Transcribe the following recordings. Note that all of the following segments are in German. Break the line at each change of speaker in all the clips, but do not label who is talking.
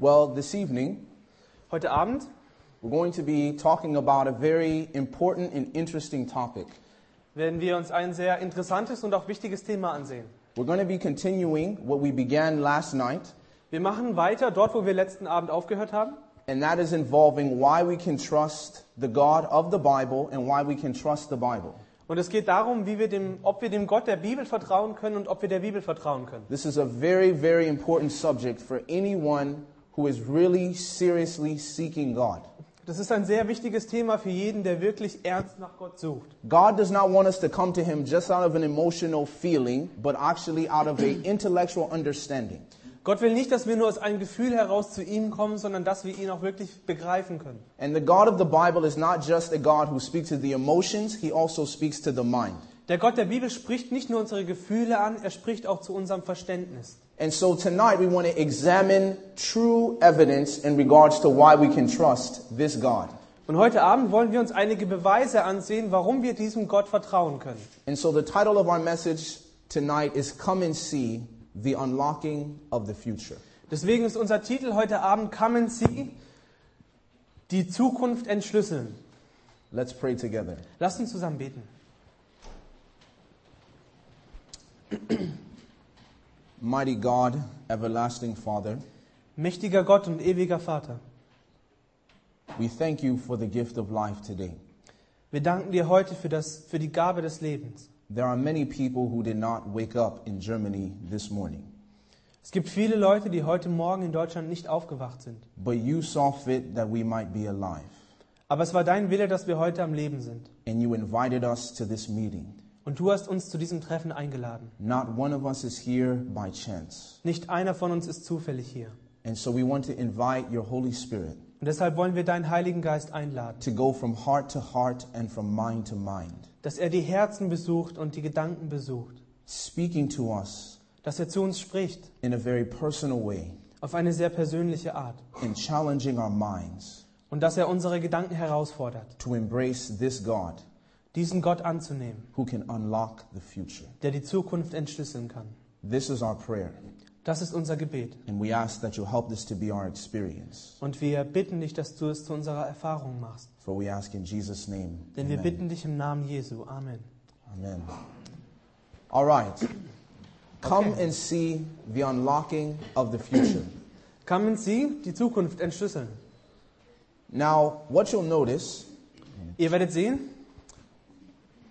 Well, this evening,
Heute Abend
we're going to be talking about a very important and interesting topic.
werden wir uns ein sehr interessantes und auch wichtiges Thema ansehen.
We're going to be continuing what we began last night,
Wir machen weiter dort, wo wir letzten Abend aufgehört haben.
and that is involving why we can trust the God of the Bible and why we can trust the Bible.
Und es geht darum, wie wir dem, ob wir dem Gott der Bibel vertrauen können und ob wir der Bibel vertrauen können.
This is a very, very important subject for anyone who is really seriously seeking God.
Das ist ein sehr wichtiges Thema für jeden, der wirklich ernst nach Gott sucht.
God does not want us to come to Him just out of an emotional feeling, but actually out of an intellectual understanding.
Gott will nicht, dass wir nur aus einem Gefühl heraus zu ihm kommen, sondern dass wir ihn auch wirklich begreifen können.
And the God of the Bible is not just a God who speaks to the emotions, He also speaks to the mind.
Der Gott der Bibel spricht nicht nur unsere Gefühle an, er spricht auch zu unserem Verständnis.
And so tonight we want to examine true evidence in regards to why we can trust this God.
Und heute Abend wollen wir uns einige Beweise ansehen, warum wir diesem Gott vertrauen können.
And so the title of our message tonight is Come and See the Unlocking of the Future.
Deswegen ist unser Titel heute Abend Come and See, die Zukunft entschlüsseln.
Let's pray together.
Lasst uns zusammen beten.
Mighty God, everlasting Father,
Mächtiger Gott und ewiger Vater,
we thank you for the gift of life today.
wir danken dir heute für, das, für die Gabe des Lebens.
There are many people who did not wake up in Germany this morning,
Es gibt viele Leute, die heute Morgen in Deutschland nicht aufgewacht sind.
but you saw fit that we might be alive,
Aber es war dein Wille, dass wir heute am Leben sind.
and you invited us to this meeting.
Und du hast uns zu diesem Treffen eingeladen.
Not one of us is here by chance.
Nicht einer von uns ist zufällig hier.
And so we want to invite your Holy Spirit
Und deshalb wollen wir deinen Heiligen Geist einladen,
to go from heart to heart and from mind to mind,
dass er die Herzen besucht und die Gedanken besucht,
speaking to us
dass er zu uns spricht
in a very personal way
auf eine sehr persönliche Art.
and challenging our minds
und dass er unsere Gedanken herausfordert,
to embrace this God
diesen Gott anzunehmen,
who can unlock the future.
der die Zukunft entschlüsseln kann.
This is our prayer,
Das ist unser Gebet.
and we ask that you help this to be our experience.
Und wir bitten dich, dass du es zu unserer Erfahrung machst.
For we ask in Jesus' name.
Denn wir bitten dich im Namen Jesu. Amen.
Amen. All right. Come and see the unlocking of the future.
Kamen Sie die Zukunft entschlüsseln.
Now, what you'll notice
Ihr werdet sehen,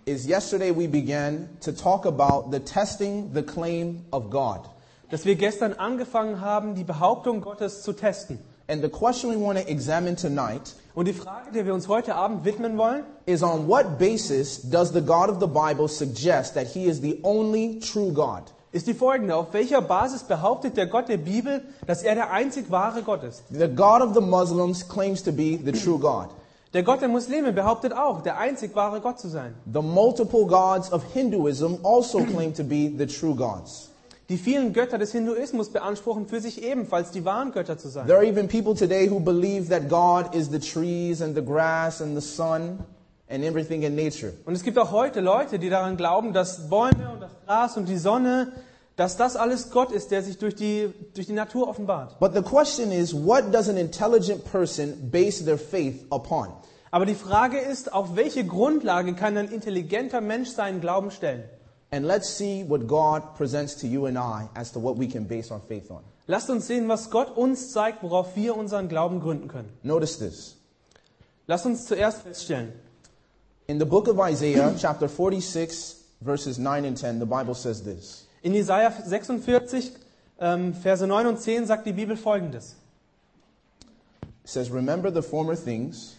is yesterday we began to talk about the testing the claim of God.
dass wir gestern angefangen haben, die Behauptung Gottes zu testen.
And the question we want to examine tonight
Und die Frage, der wir uns heute Abend widmen wollen,
is on what basis does the God of the Bible suggest that he is the only true God?
ist die folgende. Auf welcher Basis behauptet der Gott der Bibel, dass er der einzig wahre Gott ist?
The God of the Muslims claims to be the true God.
Der Gott der Muslime behauptet auch, der einzig wahre Gott zu sein.
The multiple gods of Hinduism also claim to be the true gods.
Die vielen Götter des Hinduismus beanspruchen für sich ebenfalls die wahren Götter zu sein.
There are even people today who believe that God is the trees and the grass and the sun and everything in nature.
Und es gibt auch heute Leute, die daran glauben, dass Bäume und das Gras und die Sonne, dass das alles Gott ist, der sich durch die, durch die Natur offenbart.
But the question is, what does an intelligent person base their faith upon?
Aber die Frage ist, auf welche Grundlage kann ein intelligenter Mensch seinen Glauben stellen?
And let's see what God presents to you and I as to what we can base our faith on.
Lasst uns sehen, was Gott uns zeigt, worauf wir unseren Glauben gründen können.
Notice this.
Lasst uns zuerst feststellen,
In the book of Isaiah, chapter 46, verses 9 and 10, the Bible says this
in Jesaja 46, ähm, Verse 9 und 10 sagt die Bibel folgendes.
It says, Remember the former things,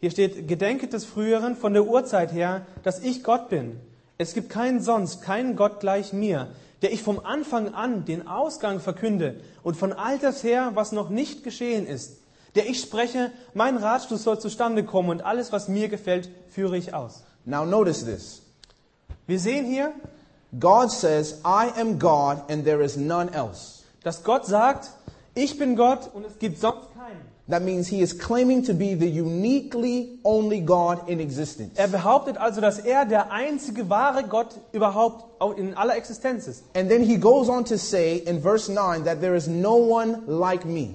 Hier steht, gedenket des Früheren von der Urzeit her, dass ich Gott bin. Es gibt keinen sonst, keinen Gott gleich mir, der ich vom Anfang an den Ausgang verkünde und von alters her, was noch nicht geschehen ist, der ich spreche, mein Ratschluss soll zustande kommen und alles, was mir gefällt, führe ich aus.
Now notice this.
Wir sehen hier,
God says, I am God and there is none else.
dass Gott sagt, ich bin Gott und es gibt sonst keinen.
That means he is claiming to be the uniquely only God in existence.
Er behauptet also, dass er der einzige wahre Gott überhaupt auch in aller Existenz ist.
And then he goes on to say in verse 9 that there is no one like me.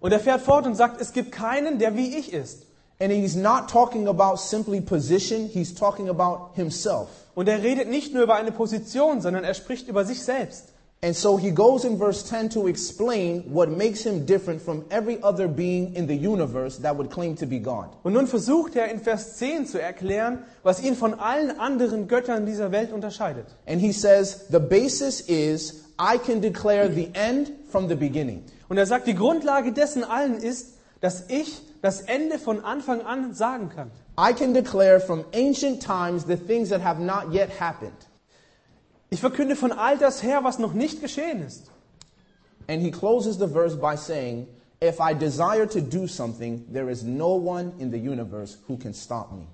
Und er fährt fort und sagt, es gibt keinen, der wie ich ist.
And he's not talking about simply position, he's talking about himself.
Und er redet nicht nur über eine Position, sondern er spricht über sich selbst.
And so he goes in verse 10 to explain what makes him different from every other being in the universe that would claim to be God.
Und nun versucht er in Vers 10 zu erklären, was ihn von allen anderen Göttern dieser Welt unterscheidet.
And he says, The basis is I can declare the end from the beginning.
Und er sagt, die Grundlage dessen allen ist, dass ich das Ende von Anfang an sagen kann.
I can declare from ancient times the things that have not yet happened.
Ich verkünde von all das her, was noch nicht geschehen ist.
And he closes the verse by saying, If I desire to do something, there is no one in the universe who can stop me.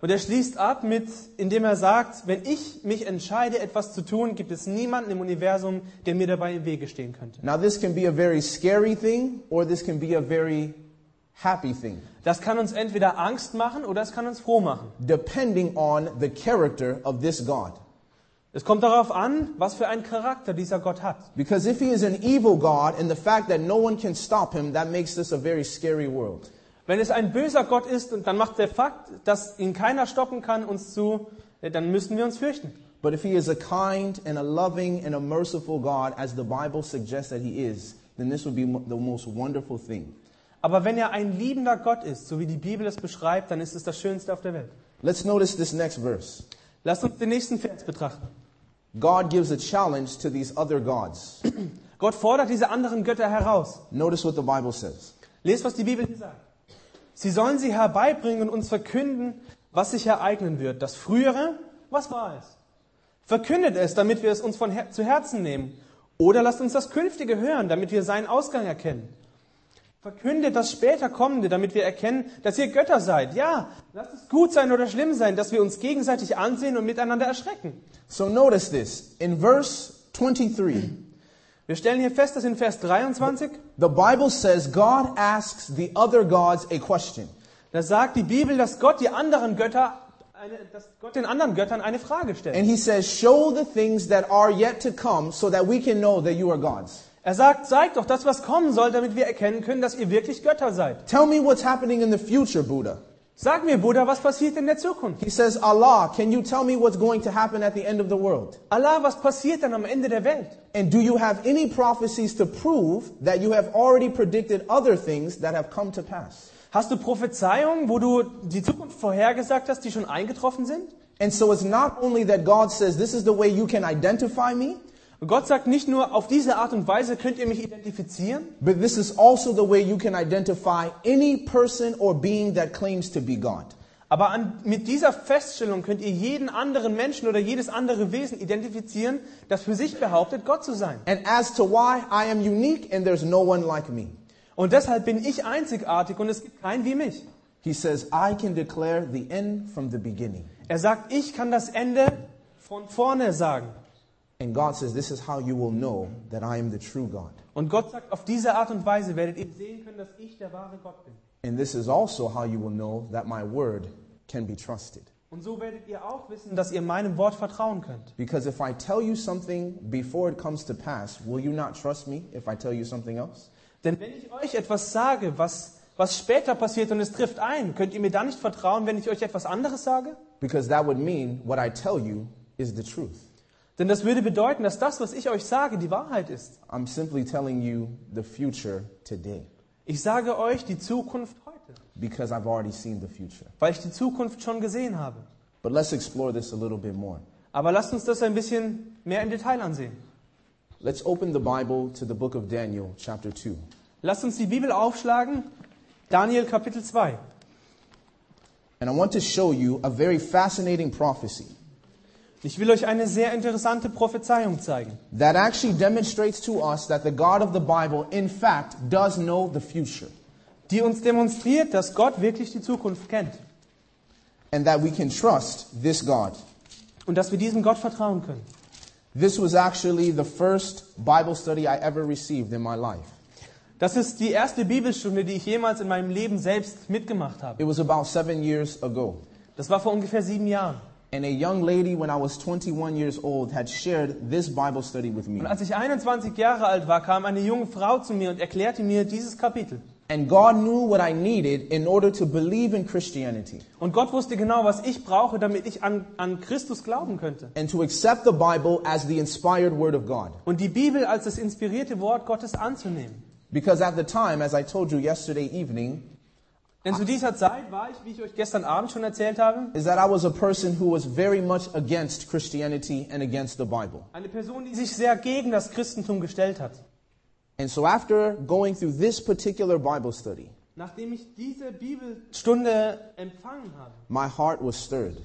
Und er schließt ab mit, indem er sagt, wenn ich mich entscheide, etwas zu tun, gibt es niemanden im Universum, der mir dabei im Wege stehen könnte.
Now, this can be a very scary thing, or this can be a very happy thing,
Das kann uns entweder Angst machen oder es kann uns froh machen.
depending on the character of this God.
Es kommt darauf an, was für einen Charakter dieser Gott hat.
Because if he is an evil God and the fact that no one can stop him, that makes this a very scary world.
Wenn es ein böser Gott ist, dann macht der Fakt, dass ihn keiner stoppen kann, uns zu, äh, dann müssen wir uns fürchten.
But if he is a kind and a loving and a merciful God, as the Bible suggests that he is, then this would be mo- the most wonderful thing.
Aber wenn er ein liebender Gott ist, so wie die Bibel es beschreibt, dann ist es das Schönste auf der Welt.
Let's notice this next verse.
Lasst uns den nächsten Vers betrachten.
God gives a challenge to these other gods.
Gott fordert diese anderen Götter heraus.
Notice what the Bible says.
Lest, was die Bibel hier sagt. Sie sollen sie herbeibringen und uns verkünden, was sich ereignen wird. Das Frühere, was war es? Verkündet es, damit wir es uns von her zu Herzen nehmen. Oder lasst uns das Künftige hören, damit wir seinen Ausgang erkennen. Verkündet das später Kommende, damit wir erkennen, dass ihr Götter seid. Ja, lasst es gut sein oder schlimm sein, dass wir uns gegenseitig ansehen und miteinander erschrecken.
So notice this. In verse 23,
Wir stellen hier fest, dass in Vers 23,
the Bible says God asks the other gods a question.
da sagt die Bibel, dass Gott die anderen Götter, eine, dass Gott den anderen Göttern eine Frage stellt.
And he says, Show the things that are yet to come so that we can know that you are gods.
Er sagt, zeigt doch das, was kommen soll, damit wir erkennen können, dass ihr wirklich Götter seid.
Tell me what's happening in the future, Buddha.
Sag mir, Buddha, was passiert in der Zukunft?
He says, Allah, can you tell me what's going to happen at the end of the world?
Allah, was passiert dann am Ende der Welt?
And do you have any prophecies to prove that you have already predicted other things that have come to pass?
Hast du Prophezeiungen, wo du die Zukunft vorhergesagt hast, die schon eingetroffen sind?
And so it's not only that God says, This is the way you can identify me,
Und Gott sagt nicht nur, auf diese Art und Weise könnt ihr mich identifizieren,
but this is also the way you can identify any person or being that claims to be God.
aber an, mit dieser Feststellung könnt ihr jeden anderen Menschen oder jedes andere Wesen identifizieren, das für sich behauptet, Gott zu sein.
And as to why I am unique and there's no one like me.
Und deshalb bin ich einzigartig und es gibt keinen wie mich.
He says, I can declare the end from the beginning.
Er sagt, ich kann das Ende von vorne sagen.
And God says, This is how you will know that I am the true God.
Und Gott sagt, auf diese Art und Weise werdet ihr sehen können, dass ich der wahre Gott bin.
And this is also how you will know that my word can be trusted.
Und so werdet ihr auch wissen, dass ihr meinem Wort vertrauen könnt.
Because if I tell you something before it comes to pass, will you not trust me if I tell you something else?
Denn wenn ich euch etwas sage, was, was später passiert und es trifft ein, könnt ihr mir dann nicht vertrauen, wenn ich euch etwas anderes sage?
Because that would mean what I tell you is the truth.
Denn das würde bedeuten, dass das, was ich euch sage, die Wahrheit ist.
I'm simply telling you the future today
Ich sage euch die Zukunft heute,
because I've already seen the future.
weil ich die Zukunft schon gesehen habe.
But let's explore this a little bit more.
Aber lasst uns das ein bisschen mehr im Detail ansehen.
Let's open the Bible to the book of Daniel, chapter 2.
Lasst uns die Bibel aufschlagen, Daniel Kapitel 2.
And I want to show you a very fascinating prophecy
Ich will euch eine sehr interessante Prophezeiung zeigen,
that actually demonstrates to us that the God of the Bible, in fact, does know the future
die uns demonstriert, dass Gott wirklich die Zukunft kennt
and that we can trust this God.
und dass wir diesem Gott vertrauen können.
This was actually the first Bible study I ever received in my life.
Das ist die erste Bibelstunde, die ich jemals in meinem Leben selbst mitgemacht habe.
It was about seven years ago.
Das war vor ungefähr sieben Jahren.
And a young lady, when I was 21 years old, had shared this Bible study with me.
Und als ich 21 Jahre alt war, kam eine junge Frau zu mir und erklärte mir dieses Kapitel.
And God knew what I needed in order to believe in Christianity
Und Gott wusste genau, was ich brauche, damit ich an, an Christus glauben könnte.
and to accept the Bible as the inspired Word of God.
Und die Bibel als das inspirierte Wort Gottes anzunehmen.
Because at the time, as I told you yesterday evening,
Denn zu dieser Zeit war ich, wie ich euch gestern Abend schon erzählt habe,
is that I was a person who was very much against Christianity and against the Bible.
eine Person, die sich sehr gegen das Christentum gestellt hat.
And so after going through this particular Bible study,
Nachdem ich diese Bibelstunde empfangen habe,
my heart was stirred.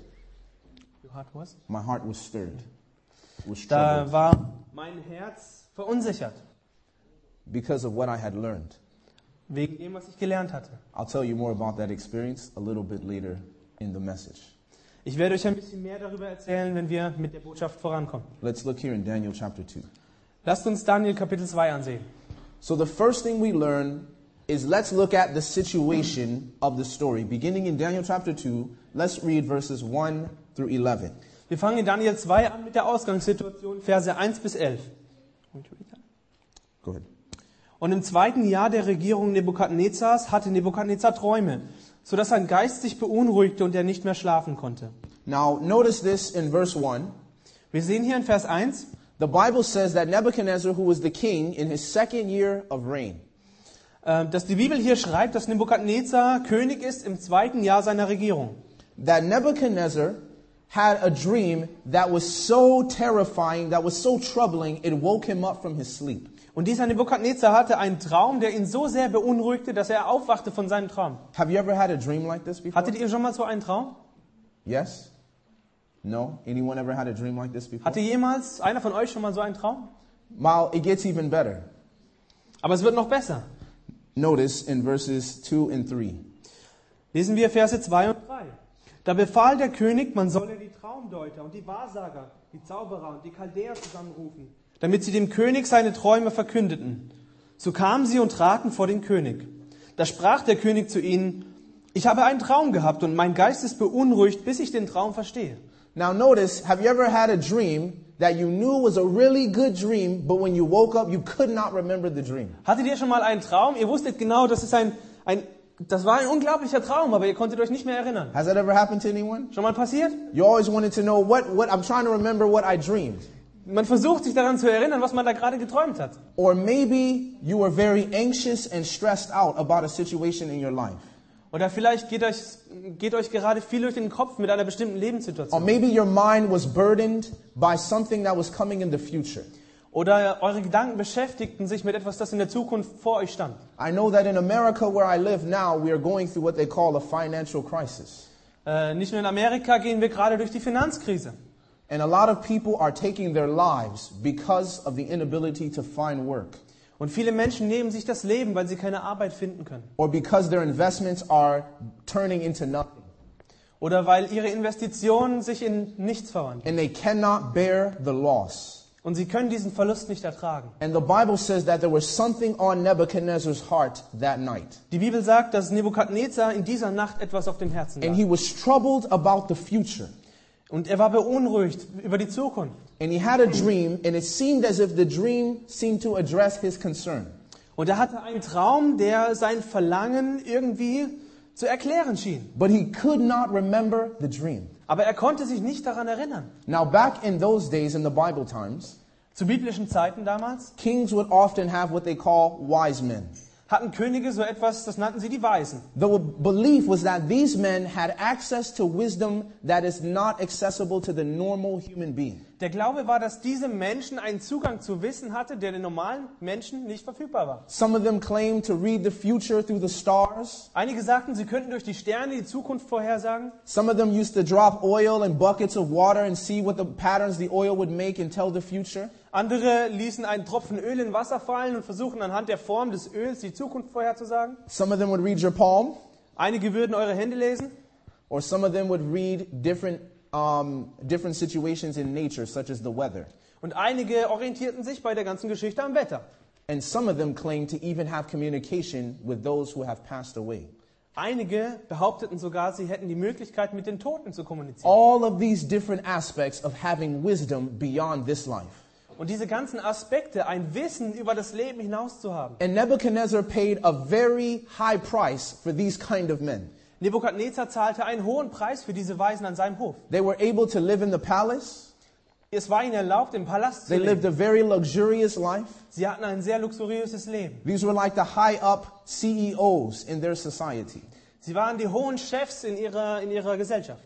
My heart was stirred. Was troubled
da war mein Herz verunsichert
because of what I had learned.
wegen dem, was ich gelernt hatte.
I'll tell you more about that experience a little bit later in the message.
Ich werde euch ein bisschen mehr darüber erzählen, wenn wir mit der Botschaft vorankommen.
Let's look here in Daniel chapter 2.
Lasst uns Daniel Kapitel 2 ansehen.
So the first thing we learn is let's look at the situation of the story. Beginning in Daniel chapter 2, let's read verses 1 through 11.
Wir fangen in Daniel 2 an mit der Ausgangssituation, Verse 1 bis 11.
Go ahead.
Und im zweiten Jahr der Regierung Nebukadnezars hatte Nebukadnezar Träume, so dass sein Geist sich beunruhigte und er nicht mehr schlafen konnte.
Now, notice this in verse 1.
Wir sehen hier in Vers 1,
The Bible says that Nebuchadnezzar, who was the king in his second year of reign,
äh, dass die Bibel hier schreibt, dass Nebukadnezar König ist im zweiten Jahr seiner Regierung.
that Nebuchadnezzar had a dream that was so terrifying, that was so troubling, it woke him up from his sleep.
Und dieser Nebukadnezar hatte einen Traum, der ihn so sehr beunruhigte, dass er aufwachte von seinem Traum.
Have you ever had a dream like this before?
Hattet ihr schon mal so einen Traum?
Yes? No? Anyone ever had a dream like this before?
Hatte jemals einer von euch schon mal so einen Traum?
Well, it gets even better.
Aber es wird noch besser.
Notice in verses 2 and 3.
Lesen wir Verse 2 und 3. Da befahl der König, man solle die Traumdeuter und die Wahrsager, die Zauberer und die Chaldäer zusammenrufen, damit sie dem König seine Träume verkündeten. So kamen sie und traten vor den König. Da sprach der König zu ihnen, ich habe einen Traum gehabt und mein Geist ist beunruhigt, bis ich den Traum verstehe.
Now, notice, have you ever had a dream that you knew was a really good dream, but when you woke up, you could not remember the dream?
Hattet ihr schon mal einen Traum? Ihr wusstet genau, das ist ein, ein, das war ein unglaublicher Traum, aber ihr konntet euch nicht mehr erinnern.
Has that ever happened to anyone?
Schon mal passiert?
You always wanted to know what, what I'm trying to remember what I dreamed.
Man versucht sich daran zu erinnern, was man da gerade geträumt hat.
Or maybe you were very anxious and stressed out about a situation in your life.
Oder vielleicht geht euch, geht euch gerade viel durch den Kopf mit einer bestimmten
Or
Lebenssituation.
maybe your mind was burdened by something that was coming in the future.
Oder eure Gedanken beschäftigten sich mit etwas, das in der Zukunft vor euch stand.
I know that in America, where I live now, we are going through what they call a financial crisis.
Äh, nicht nur in Amerika gehen wir gerade durch die Finanzkrise.
And a lot of people are taking their lives because of the inability to find work
Und viele Menschen nehmen sich das Leben, weil sie keine Arbeit finden können.
or because their investments are turning into nothing
Oder weil ihre Investitionen sich in nichts verwandeln.
and they cannot bear the loss.
Und sie können diesen Verlust nicht ertragen.
And the Bible says that there was something on Nebuchadnezzar's heart that night.
Die Bibel sagt, dass Nebukadnezar in dieser Nacht etwas auf dem Herzen
And
lag.
he was troubled about the future.
Und er war beunruhigt über die Zukunft.
And he had a dream, and it seemed as if the dream seemed to address his concern.
Und er hatte einen Traum, der sein Verlangen irgendwie zu erklären schien.
But he could not remember the dream.
Aber er konnte sich nicht daran erinnern.
Now, back in those days, in the Bible times,
Zu biblischen Zeiten damals
kings would often have what they call wise men.
hatten Könige so etwas, das nannten sie die Weisen.
The belief was that these men had access to wisdom that is not accessible to the normal human being.
Der Glaube war, dass diese Menschen einen Zugang zu Wissen hatte, der den normalen Menschen nicht verfügbar war.
Some of them claimed to read the future through the stars.
Einige sagten, sie könnten durch die Sterne die Zukunft vorhersagen.
Some of them used to drop oil in buckets of water and see what the patterns the oil would make and tell the future.
Andere ließen einen Tropfen Öl in Wasser fallen und versuchen anhand der Form des Öls die Zukunft vorherzusagen.
Some of them would read your palm,
Einige würden eure Hände lesen.
or some of them would read different, um, different situations in nature, such as the weather.
Und einige orientierten sich bei der ganzen Geschichte am Wetter.
And some of them claimed to even have communication with those who have passed away.
Einige behaupteten sogar, sie hätten die Möglichkeit, mit den Toten zu kommunizieren.
All of these different aspects of having wisdom beyond this life.
Und diese ganzen Aspekte, ein Wissen über das Leben hinaus zu haben.
And Nebuchadnezzar paid a very high price for these kind of men.
Nebukadnezar zahlte einen hohen Preis für diese Weisen an seinem Hof.
They were able to live in the palace.
Es war ihnen erlaubt, im Palast zu
They lived
leben.
a very luxurious life.
Sie hatten ein sehr luxuriöses Leben.
These were like the high up CEOs in their society.
Sie waren die hohen Chefs in ihrer, in ihrer Gesellschaft.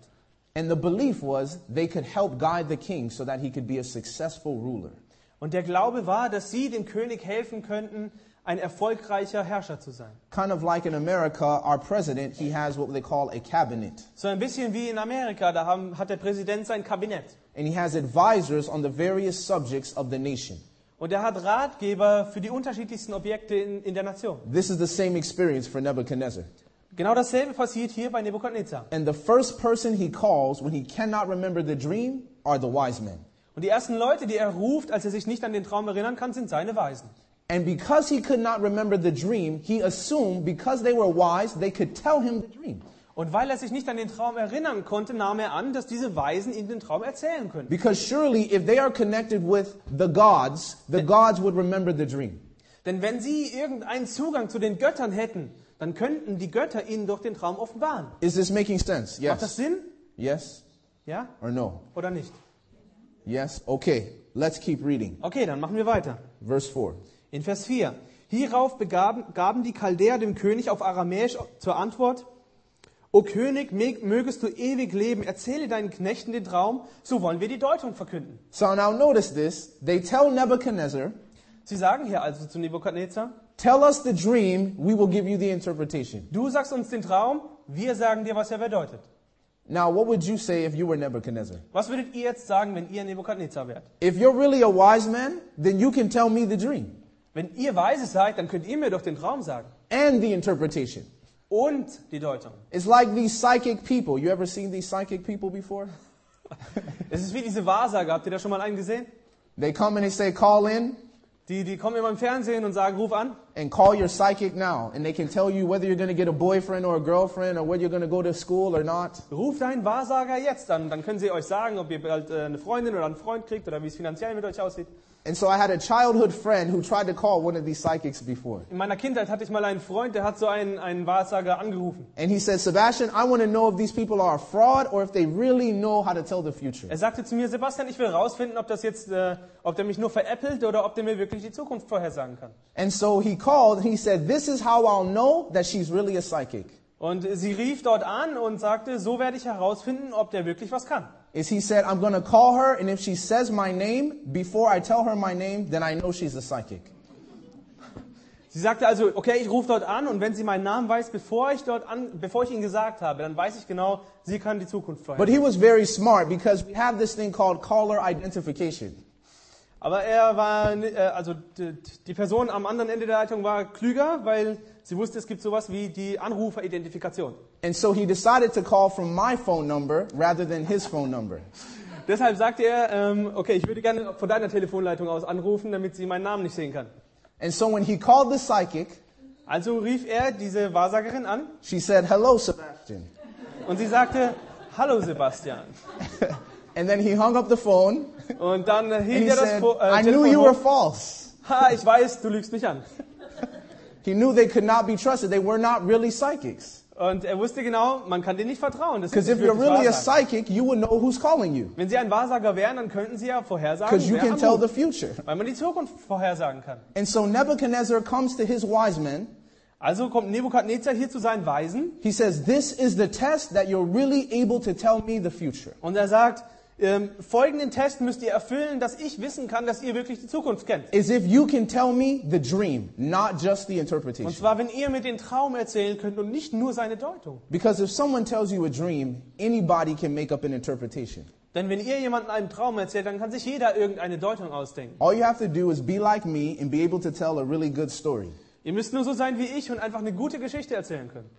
And the belief was they could help guide the king so that he could be a successful ruler.
Und der Glaube war, dass sie dem König helfen könnten, ein erfolgreicher Herrscher zu sein.
Kind of like in America, our president, he has what they call a cabinet.
So ein bisschen wie in Amerika, da haben, hat der Präsident sein Kabinett.
And he has advisors on the various subjects of the nation.
Und er hat Ratgeber für die unterschiedlichsten Objekte in, in der Nation.
This is the same experience for Nebuchadnezzar.
Genau dasselbe passiert hier bei Nebukadnezar.
And the first person he calls when he cannot remember the dream are the wise men.
Und die ersten Leute, die er ruft, als er sich nicht an den Traum erinnern kann, sind seine Weisen.
And because he could not remember the dream, he assumed because they were wise, they could tell him the dream.
Und weil er sich nicht an den Traum erinnern konnte, nahm er an, dass diese Weisen ihm den Traum erzählen können.
Because surely, if they are connected with the gods, the gods would remember the dream.
Denn wenn sie irgendeinen Zugang zu den Göttern hätten, dann könnten die Götter ihnen doch den Traum offenbaren.
Is this making sense?
Macht
Yes.
das Sinn?
Yes
Ja
or no?
oder nicht?
Yes. Okay. Let's keep reading.
Okay, dann machen wir weiter.
Verse 4.
In Vers 4. Hierauf begaben, gaben die Chaldäer dem König auf Aramäisch zur Antwort, O König, me- mögest du ewig leben, erzähle deinen Knechten den Traum, so wollen wir die Deutung verkünden.
So now notice this. They tell Nebuchadnezzar,
Sie sagen hier also zu Nebukadnezar,
tell us the dream, we will give you the interpretation.
du sagst uns den Traum, wir sagen dir, was er bedeutet.
Now, what would you say if you were Nebuchadnezzar?
Was würdet ihr jetzt sagen, wenn ihr Nebukadnezar wärt?
If you're really a wise man, then you can tell me the dream
Wenn ihr weise seid, dann könnt ihr mir doch den Traum sagen.
and the interpretation.
Und die Deutung.
It's like these psychic people. You ever seen these psychic people before?
Es ist wie diese Wahrsager, habt ihr da schon mal einen gesehen?
They come and they say, call in
Die, die kommen immer im Fernsehen und sagen, ruf an.
and call your psychic now. And they can tell you whether you're going to get a boyfriend or a girlfriend or whether you're going to go to school or not.
Ruft einen Wahrsager jetzt an, dann können sie euch sagen, ob ihr bald äh, eine Freundin oder einen Freund kriegt oder wie es finanziell mit euch aussieht.
And so I had a childhood friend who tried to call one of these psychics before.
In meiner Kindheit hatte ich mal einen Freund, der hat so einen, einen Wahrsager angerufen.
And he said, Sebastian, I want to know if these people are a fraud or if they really know how to tell the future.
Er sagte zu mir, Sebastian, ich will rausfinden, ob das jetzt, äh, ob der mich nur veräppelt oder ob der mir wirklich die Zukunft vorhersagen kann.
And so he called and he said, This is how I'll know that she's really a psychic.
Und sie rief dort an und sagte, so werde ich herausfinden, ob der wirklich was kann.
Is he said, I'm going to call her, and if she says my name before I tell her my name, then I know she's a psychic.
Sie sagte also, okay, ich rufe dort an und wenn sie meinen Namen weiß, bevor ich dort an, bevor ich ihn gesagt habe, dann weiß ich genau, sie kann die Zukunft
But
vorhersagen.
he was very smart because we have this thing called caller identification.
Aber er war, ni- äh, also d- die Person am anderen Ende der Leitung war klüger, weil sie wusste, es gibt sowas wie die Anruferidentifikation.
And so he decided to call from my phone number rather than his phone number.
Deshalb sagte er, ähm, okay, ich würde gerne von deiner Telefonleitung aus anrufen, damit sie meinen Namen nicht sehen kann.
And so when he called the psychic,
Also rief er diese Wahrsagerin an
she said, Hello, Sebastian.
und sie sagte, hallo Sebastian.
And then he hung up the phone
Und dann
and
hielt
he
er das
said,
Fo- äh,
I knew
Telefon
you were
hoch.
false.
Ha, ich weiß, du lügst mich an.
He knew they could not be trusted. They were not really psychics.
Und er wusste genau, man kann dir nicht vertrauen. Das
Because
ist
if you're really a
Wahrsagen.
psychic, you would know who's calling you.
Wenn sie ein Wahrsager wären, dann könnten sie ja vorhersagen,
Because you
wer
can tell
anruft,
the future.
weil man die Zukunft vorhersagen kann.
And so Nebuchadnezzar comes to his wise men.
Also kommt Nebukadnezar hier zu seinen Weisen
He says, This is the test that you're really able to tell me the future.
und er sagt, ähm, folgenden Test müsst ihr erfüllen, dass ich wissen kann, dass ihr wirklich die Zukunft kennt.
Is if you can tell me the dream, not just the interpretation.
Und zwar, wenn ihr mir den Traum erzählen könnt und nicht nur seine Deutung.
Because if someone tells you a dream, anybody can make up an interpretation.
Denn wenn ihr jemanden einen Traum erzählt, dann kann sich jeder irgendeine Deutung ausdenken.
All you have to do is be like me and be able to tell a really good story
Ihr müsst nur so sein wie ich und einfach eine gute Geschichte erzählen können.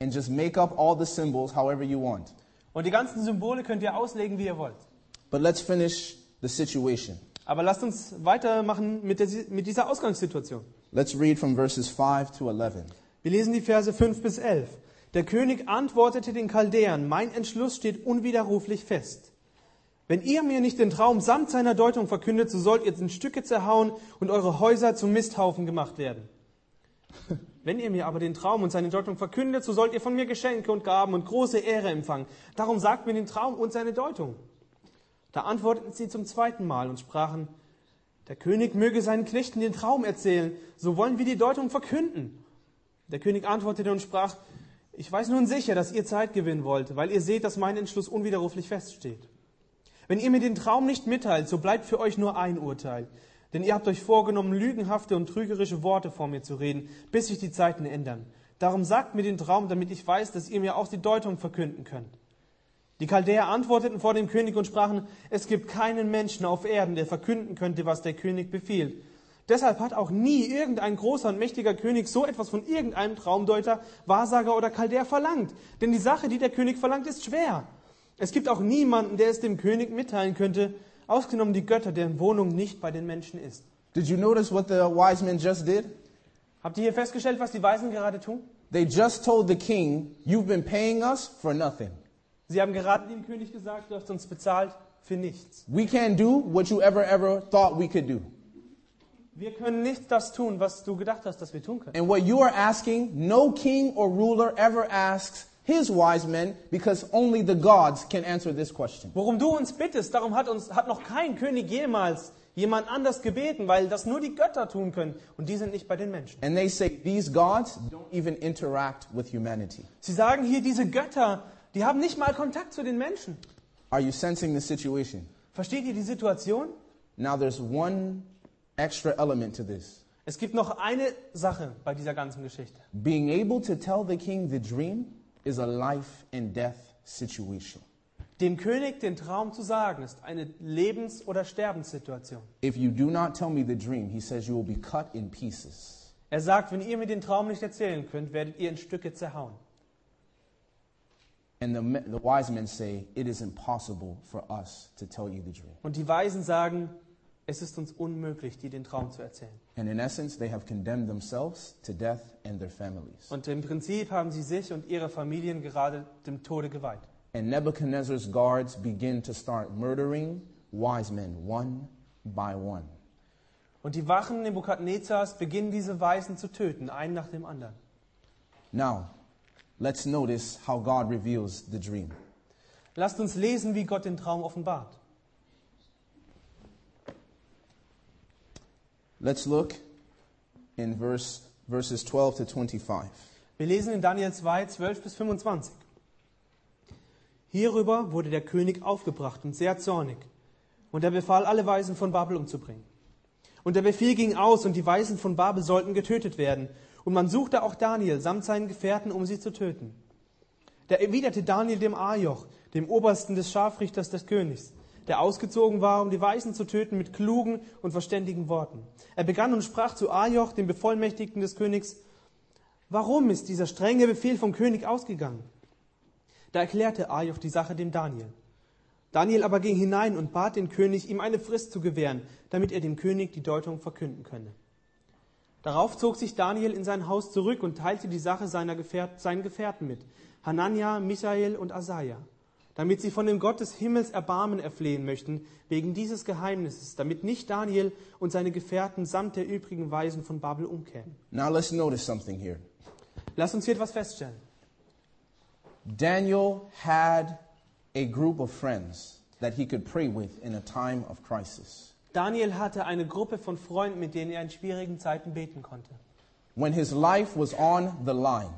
and just make up all the symbols however you want.
Und die ganzen Symbole könnt ihr auslegen, wie ihr wollt.
But let's finish the situation.
Aber lasst uns weitermachen mit, der, mit dieser Ausgangssituation.
Let's read from verses 5 to 11.
Wir lesen die Verse 5 bis 11. Der König antwortete den Chaldäern, mein Entschluss steht unwiderruflich fest. Wenn ihr mir nicht den Traum samt seiner Deutung verkündet, so sollt ihr in Stücke zerhauen und eure Häuser zum Misthaufen gemacht werden. Wenn ihr mir aber den Traum und seine Deutung verkündet, so sollt ihr von mir Geschenke und Gaben und große Ehre empfangen. Darum sagt mir den Traum und seine Deutung. Da antworteten sie zum zweiten Mal und sprachen, der König möge seinen Knechten den Traum erzählen, so wollen wir die Deutung verkünden. Der König antwortete und sprach, ich weiß nun sicher, dass ihr Zeit gewinnen wollt, weil ihr seht, dass mein Entschluss unwiderruflich feststeht. Wenn ihr mir den Traum nicht mitteilt, so bleibt für euch nur ein Urteil. Denn ihr habt euch vorgenommen, lügenhafte und trügerische Worte vor mir zu reden, bis sich die Zeiten ändern. Darum sagt mir den Traum, damit ich weiß, dass ihr mir auch die Deutung verkünden könnt. Die Chaldäer antworteten vor dem König und sprachen, es gibt keinen Menschen auf Erden, der verkünden könnte, was der König befiehlt. Deshalb hat auch nie irgendein großer und mächtiger König so etwas von irgendeinem Traumdeuter, Wahrsager oder Chaldäer verlangt. Denn die Sache, die der König verlangt, ist schwer. Es gibt auch niemanden, der es dem König mitteilen könnte, ausgenommen die Götter, deren Wohnung nicht bei den Menschen ist.
Did you notice what the wise men just did?
Habt ihr hier festgestellt, was die Weisen gerade tun?
They just told the king, You've been paying us for nothing.
Sie haben gerade dem König gesagt, du hast uns bezahlt für nichts.
We can't do what you ever, ever thought we could do.
Wir können nicht das tun, was du gedacht hast, dass wir tun können.
And what you are asking, no king or ruler ever asks his wise men because only the gods can answer this question.
Worum du uns bittest, darum hat uns hat noch kein König jemals jemand anders gebeten, weil das nur die Götter tun können und die sind nicht bei den Menschen.
And they say these gods don't even interact with humanity.
Sie sagen hier diese Götter, die haben nicht mal Kontakt zu den Menschen.
Are you sensing the situation?
Versteht ihr die Situation?
Now there's one extra element to this.
Es gibt noch eine Sache bei dieser ganzen Geschichte.
Being able to tell the king the dream is a life and death situation.
Dem König den Traum zu sagen, ist eine Lebens- oder Sterbenssituation.
If you do not tell me the dream, he says you will be cut in pieces.
Er sagt, wenn ihr mir den Traum nicht erzählen könnt, werdet ihr in Stücke zerhauen.
And the, me- the wise men say, It is impossible for us to tell you the dream.
Und die Weisen sagen, es ist uns unmöglich, dir den Traum zu erzählen.
And in essence, they have condemned themselves to death and their families.
Und im Prinzip haben sie sich und ihre Familien gerade dem Tode geweiht.
And Nebuchadnezzar's guards begin to start murdering wise men one by one.
Und die Wachen Nebukadnezars beginnen diese Weisen zu töten, einen nach dem anderen.
Now, let's notice how God reveals the dream.
Lasst uns lesen, wie Gott den Traum offenbart.
Let's look in verse, verses 12 to 25.
Wir lesen in Daniel 2, 12 bis 25. Hierüber wurde der König aufgebracht und sehr zornig. Und er befahl, alle Weisen von Babel umzubringen. Und der Befehl ging aus, und die Weisen von Babel sollten getötet werden. Und man suchte auch Daniel samt seinen Gefährten, um sie zu töten. Da erwiderte Daniel dem Ajoch, dem Obersten des Scharfrichters des Königs, der ausgezogen war, um die Weißen zu töten, mit klugen und verständigen Worten. Er begann und sprach zu Ajoch, dem Bevollmächtigten des Königs, Warum ist dieser strenge Befehl vom König ausgegangen? Da erklärte Ajoch die Sache dem Daniel. Daniel aber ging hinein und bat den König, ihm eine Frist zu gewähren, damit er dem König die Deutung verkünden könne. Darauf zog sich Daniel in sein Haus zurück und teilte die Sache seiner Gefährt, seinen Gefährten mit, Hanania, Michael und Asaja, damit sie von dem Gott des Himmels Erbarmen erflehen möchten, wegen dieses Geheimnisses, damit nicht Daniel und seine Gefährten samt der übrigen Weisen von Babel umkämen.
Now, let's notice something here.
Lass uns hier etwas feststellen.
Daniel had a group of friends that he could pray with in a time of crisis.
Daniel hatte eine Gruppe von Freunden, mit denen er in schwierigen Zeiten beten konnte.
When his life was on the line,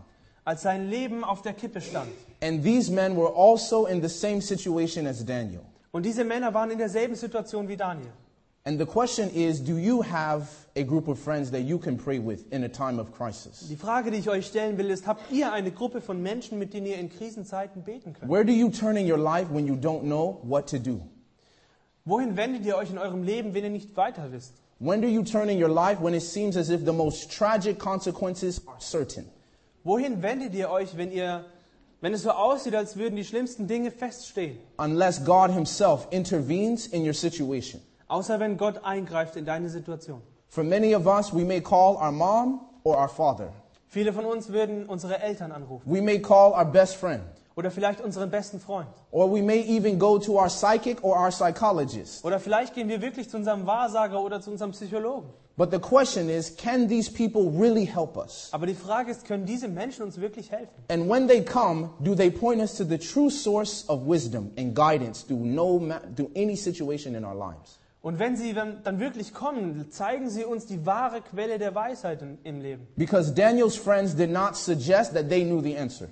Als sein Leben auf der Kippe stand.
and these men were also in the same situation as Daniel.
Und diese Männer waren in derselben Situation wie Daniel.
And the question is do you have a group of friends that you can pray with in a time of crisis?
Die Frage, die ich euch stellen will, ist, habt ihr eine Gruppe von Menschen, mit denen ihr in Krisenzeiten beten könnt?
Where do you turn in your life when you don't know what to do?
Wohin wendet ihr euch in eurem Leben, wenn ihr nicht weiter wisst?
When do you turn in your life when it seems as if the most tragic consequences are certain?
Wohin wendet ihr euch, wenn ihr, wenn es so aussieht, als würden die schlimmsten Dinge feststehen?
Unless God Himself intervenes in your situation.
Außer wenn Gott eingreift in deine Situation.
For many of us, we may call our mom or our father.
Viele von uns würden unsere Eltern anrufen
We may call our best friend,
oder vielleicht unseren besten Freund.
or we may even go to our psychic or our psychologist.
Oder vielleicht gehen wir wirklich zu unserem Wahrsager oder zu unserem Psychologen.
But the question is can these people really help us?
Aber die Frage ist, können diese Menschen uns wirklich helfen?
And when they come, do they point us to the true source of wisdom and guidance through, no ma- through any situation in our lives?
Und wenn sie dann dann wirklich kommen, zeigen sie uns die wahre Quelle der Weisheit in, im Leben.
Because Daniel's friends did not suggest that they knew the answer.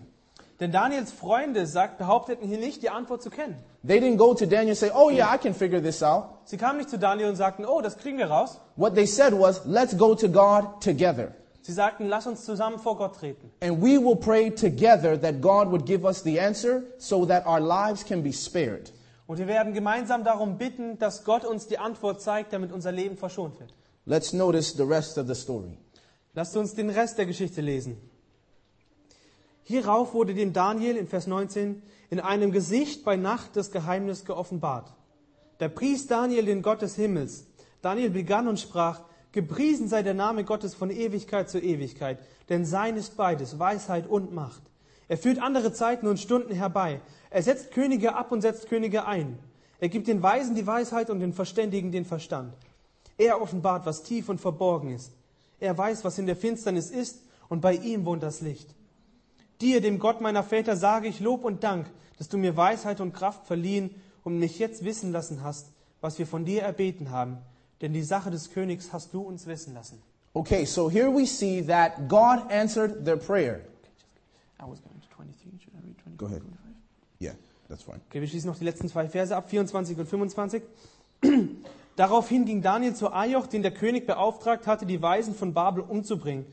Denn Daniels Freunde sagt, behaupteten hier nicht, die Antwort zu kennen.
They didn't go to Daniel and say, Oh, yeah, I can figure this out.
Sie kamen nicht zu Daniel und sagten, oh, das kriegen wir raus.
What they said was, Let's go to God together.
Sie sagten, lass uns zusammen vor Gott treten.
And we will pray together that God would give us the answer so that our lives can be spared.
Und wir werden gemeinsam darum bitten, dass Gott uns die Antwort zeigt, damit unser Leben verschont wird.
Let's notice the rest of the story.
Lasst uns den Rest der Geschichte lesen. Hierauf wurde dem Daniel in Vers 19 in einem Gesicht bei Nacht das Geheimnis geoffenbart. Da pries Daniel den Gott des Himmels. Daniel begann und sprach, Gepriesen sei der Name Gottes von Ewigkeit zu Ewigkeit, denn sein ist beides, Weisheit und Macht. Er führt andere Zeiten und Stunden herbei. Er setzt Könige ab und setzt Könige ein. Er gibt den Weisen die Weisheit und den Verständigen den Verstand. Er offenbart, was tief und verborgen ist. Er weiß, was in der Finsternis ist, und bei ihm wohnt das Licht. Dir, dem Gott meiner Väter, sage ich Lob und Dank, dass du mir Weisheit und Kraft verliehen und mich jetzt wissen lassen hast, was wir von dir erbeten haben. Denn die Sache des Königs hast du uns wissen lassen.
Okay, so here we see that God answered their prayer. Go ahead. Yeah, that's fine.
Okay, wir schließen noch die letzten zwei Verse ab, 24 und 25. Daraufhin ging Daniel zu Ajoch, den der König beauftragt hatte, die Weisen von Babel umzubringen.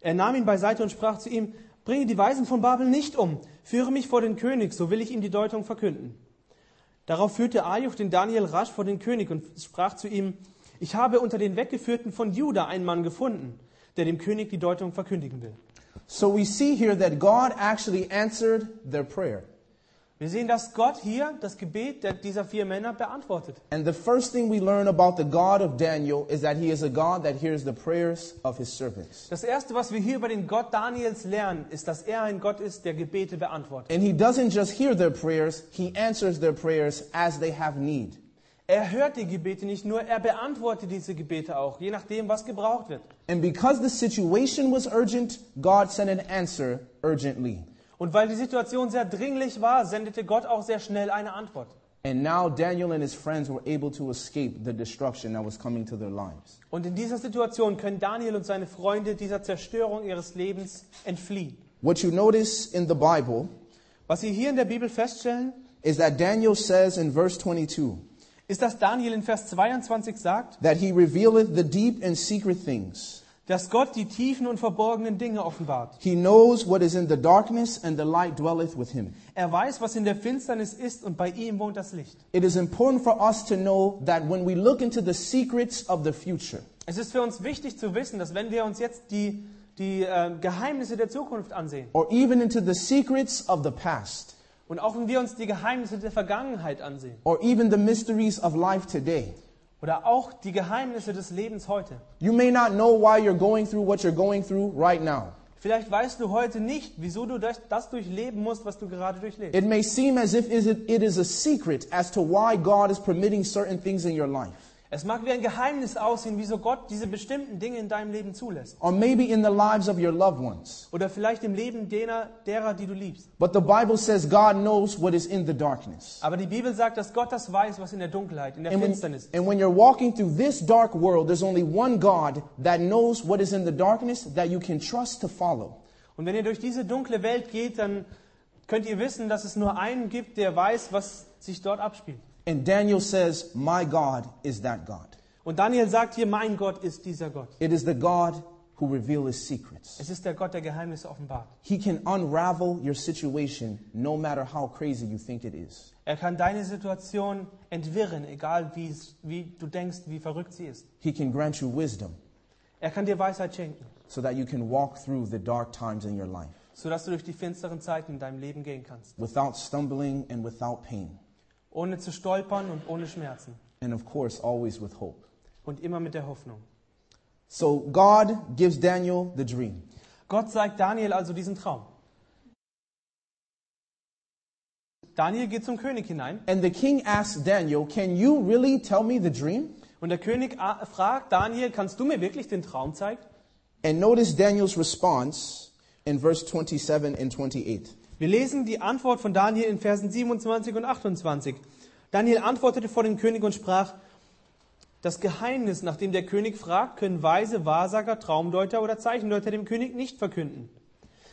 Er nahm ihn beiseite und sprach zu ihm, bringe die Weisen von Babel nicht um, führe mich vor den König, so will ich ihm die Deutung verkünden. Darauf führte Ajoch den Daniel rasch vor den König und sprach zu ihm, ich habe unter den Weggeführten von Juda einen Mann gefunden, der dem König die Deutung verkündigen will.
So we see here that God actually answered their prayer.
Wir sehen, dass Gott hier das Gebet der- dieser vier Männer beantwortet.
And the first thing we learn about the God of Daniel is that he is a God that hears the prayers of his servants.
Das erste, was wir hier über den Gott Daniels lernen, ist, dass er ein Gott ist, der Gebete beantwortet.
And he doesn't just hear their prayers, he answers their prayers as they have need.
Er hört die Gebete nicht nur, er beantwortet diese Gebete auch, je nachdem, was gebraucht wird.
And because the situation was urgent, God sent an answer urgently.
Und weil die Situation sehr dringlich war, sendete Gott auch sehr schnell eine Antwort.
And now Daniel and his friends were able to escape the destruction that was coming to their lives.
Und in dieser Situation können Daniel und seine Freunde dieser Zerstörung ihres Lebens entfliehen.
What you notice in the Bible
Was wir hier in der Bibel feststellen,
is that Daniel says in verse 22
ist, dass Daniel in Vers 22 sagt,
that he revealeth the deep and secret things.
dass Gott die tiefen und verborgenen Dinge offenbart.
He knows what is in the darkness, and the light dwelleth with him.
Er weiß, was in der Finsternis ist, und bei ihm wohnt das Licht.
It is important for us to know that when we look into the secrets of the future,
Es ist für uns wichtig zu wissen, dass wenn wir uns jetzt die, die äh, Geheimnisse der Zukunft ansehen
or even into the secrets of the past,
und auch wenn wir uns die Geheimnisse der Vergangenheit ansehen
or even the mysteries of life today,
oder auch die Geheimnisse des Lebens heute,
you may not know why you're going through what you're going through right now.
vielleicht weißt du heute nicht, wieso du das, das durchleben musst, was du gerade durchlebst.
It may seem as if is it it is a secret as to why God is permitting certain things in your life,
Es mag wie ein Geheimnis aussehen, wieso Gott diese bestimmten Dinge in deinem Leben zulässt
or maybe in the lives of your loved ones.
oder vielleicht im Leben derer, derer die du liebst.
But the Bible says God knows what is in the darkness.
Aber die Bibel sagt, dass Gott das weiß, was in der Dunkelheit, in der
And when,
Finsternis ist.
and when you're walking through this dark world, there's only one God that knows what is in the darkness that you can trust to follow.
Und wenn ihr durch diese dunkle Welt geht, dann könnt ihr wissen, dass es nur einen gibt, der weiß, was sich dort abspielt.
And Daniel says, My God is that God.
Und Daniel sagt hier, mein Gott ist dieser Gott.
It is the God who reveals secrets.
Es ist der Gott, der Geheimnisse offenbart.
He can unravel your situation no matter how crazy you think it is.
Er kann deine Situation entwirren, egal wie, es, wie du denkst, wie verrückt sie ist.
He can grant you wisdom
Er kann dir Weisheit schenken,
so that you can walk through the dark times in your life
sodass du durch die finsteren Zeiten in deinem Leben gehen kannst.
without stumbling and without pain.
Ohne zu stolpern und ohne Schmerzen.
And of course, always with hope.
Und immer mit der Hoffnung.
So God gives Daniel the dream.
Gott zeigt Daniel also diesen Traum. Daniel geht zum König hinein
And the king asked Daniel, Can you really tell me the dream?
und der König a- fragt Daniel, kannst du mir wirklich den Traum zeigen?
And notice Daniel's response in verse 27 and 28.
Wir lesen die Antwort von Daniel in Versen 27 und 28. Daniel antwortete vor dem König und sprach, das Geheimnis, nach dem der König fragt, können Weise, Wahrsager, Traumdeuter oder Zeichendeuter dem König nicht verkünden.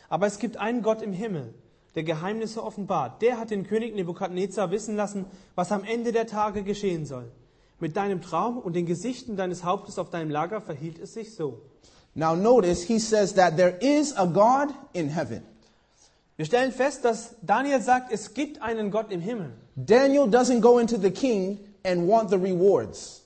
Aber es gibt einen Gott im Himmel, der Geheimnisse offenbart. Der hat den König Nebukadnezar wissen lassen, was am Ende der Tage geschehen soll. Mit deinem Traum und den Gesichten deines Hauptes auf deinem Lager verhielt es sich so.
Now notice he says that there is a God in heaven.
Wir stellen fest, dass Daniel sagt, es gibt einen Gott im Himmel.
Daniel doesn't go into the king and want the rewards.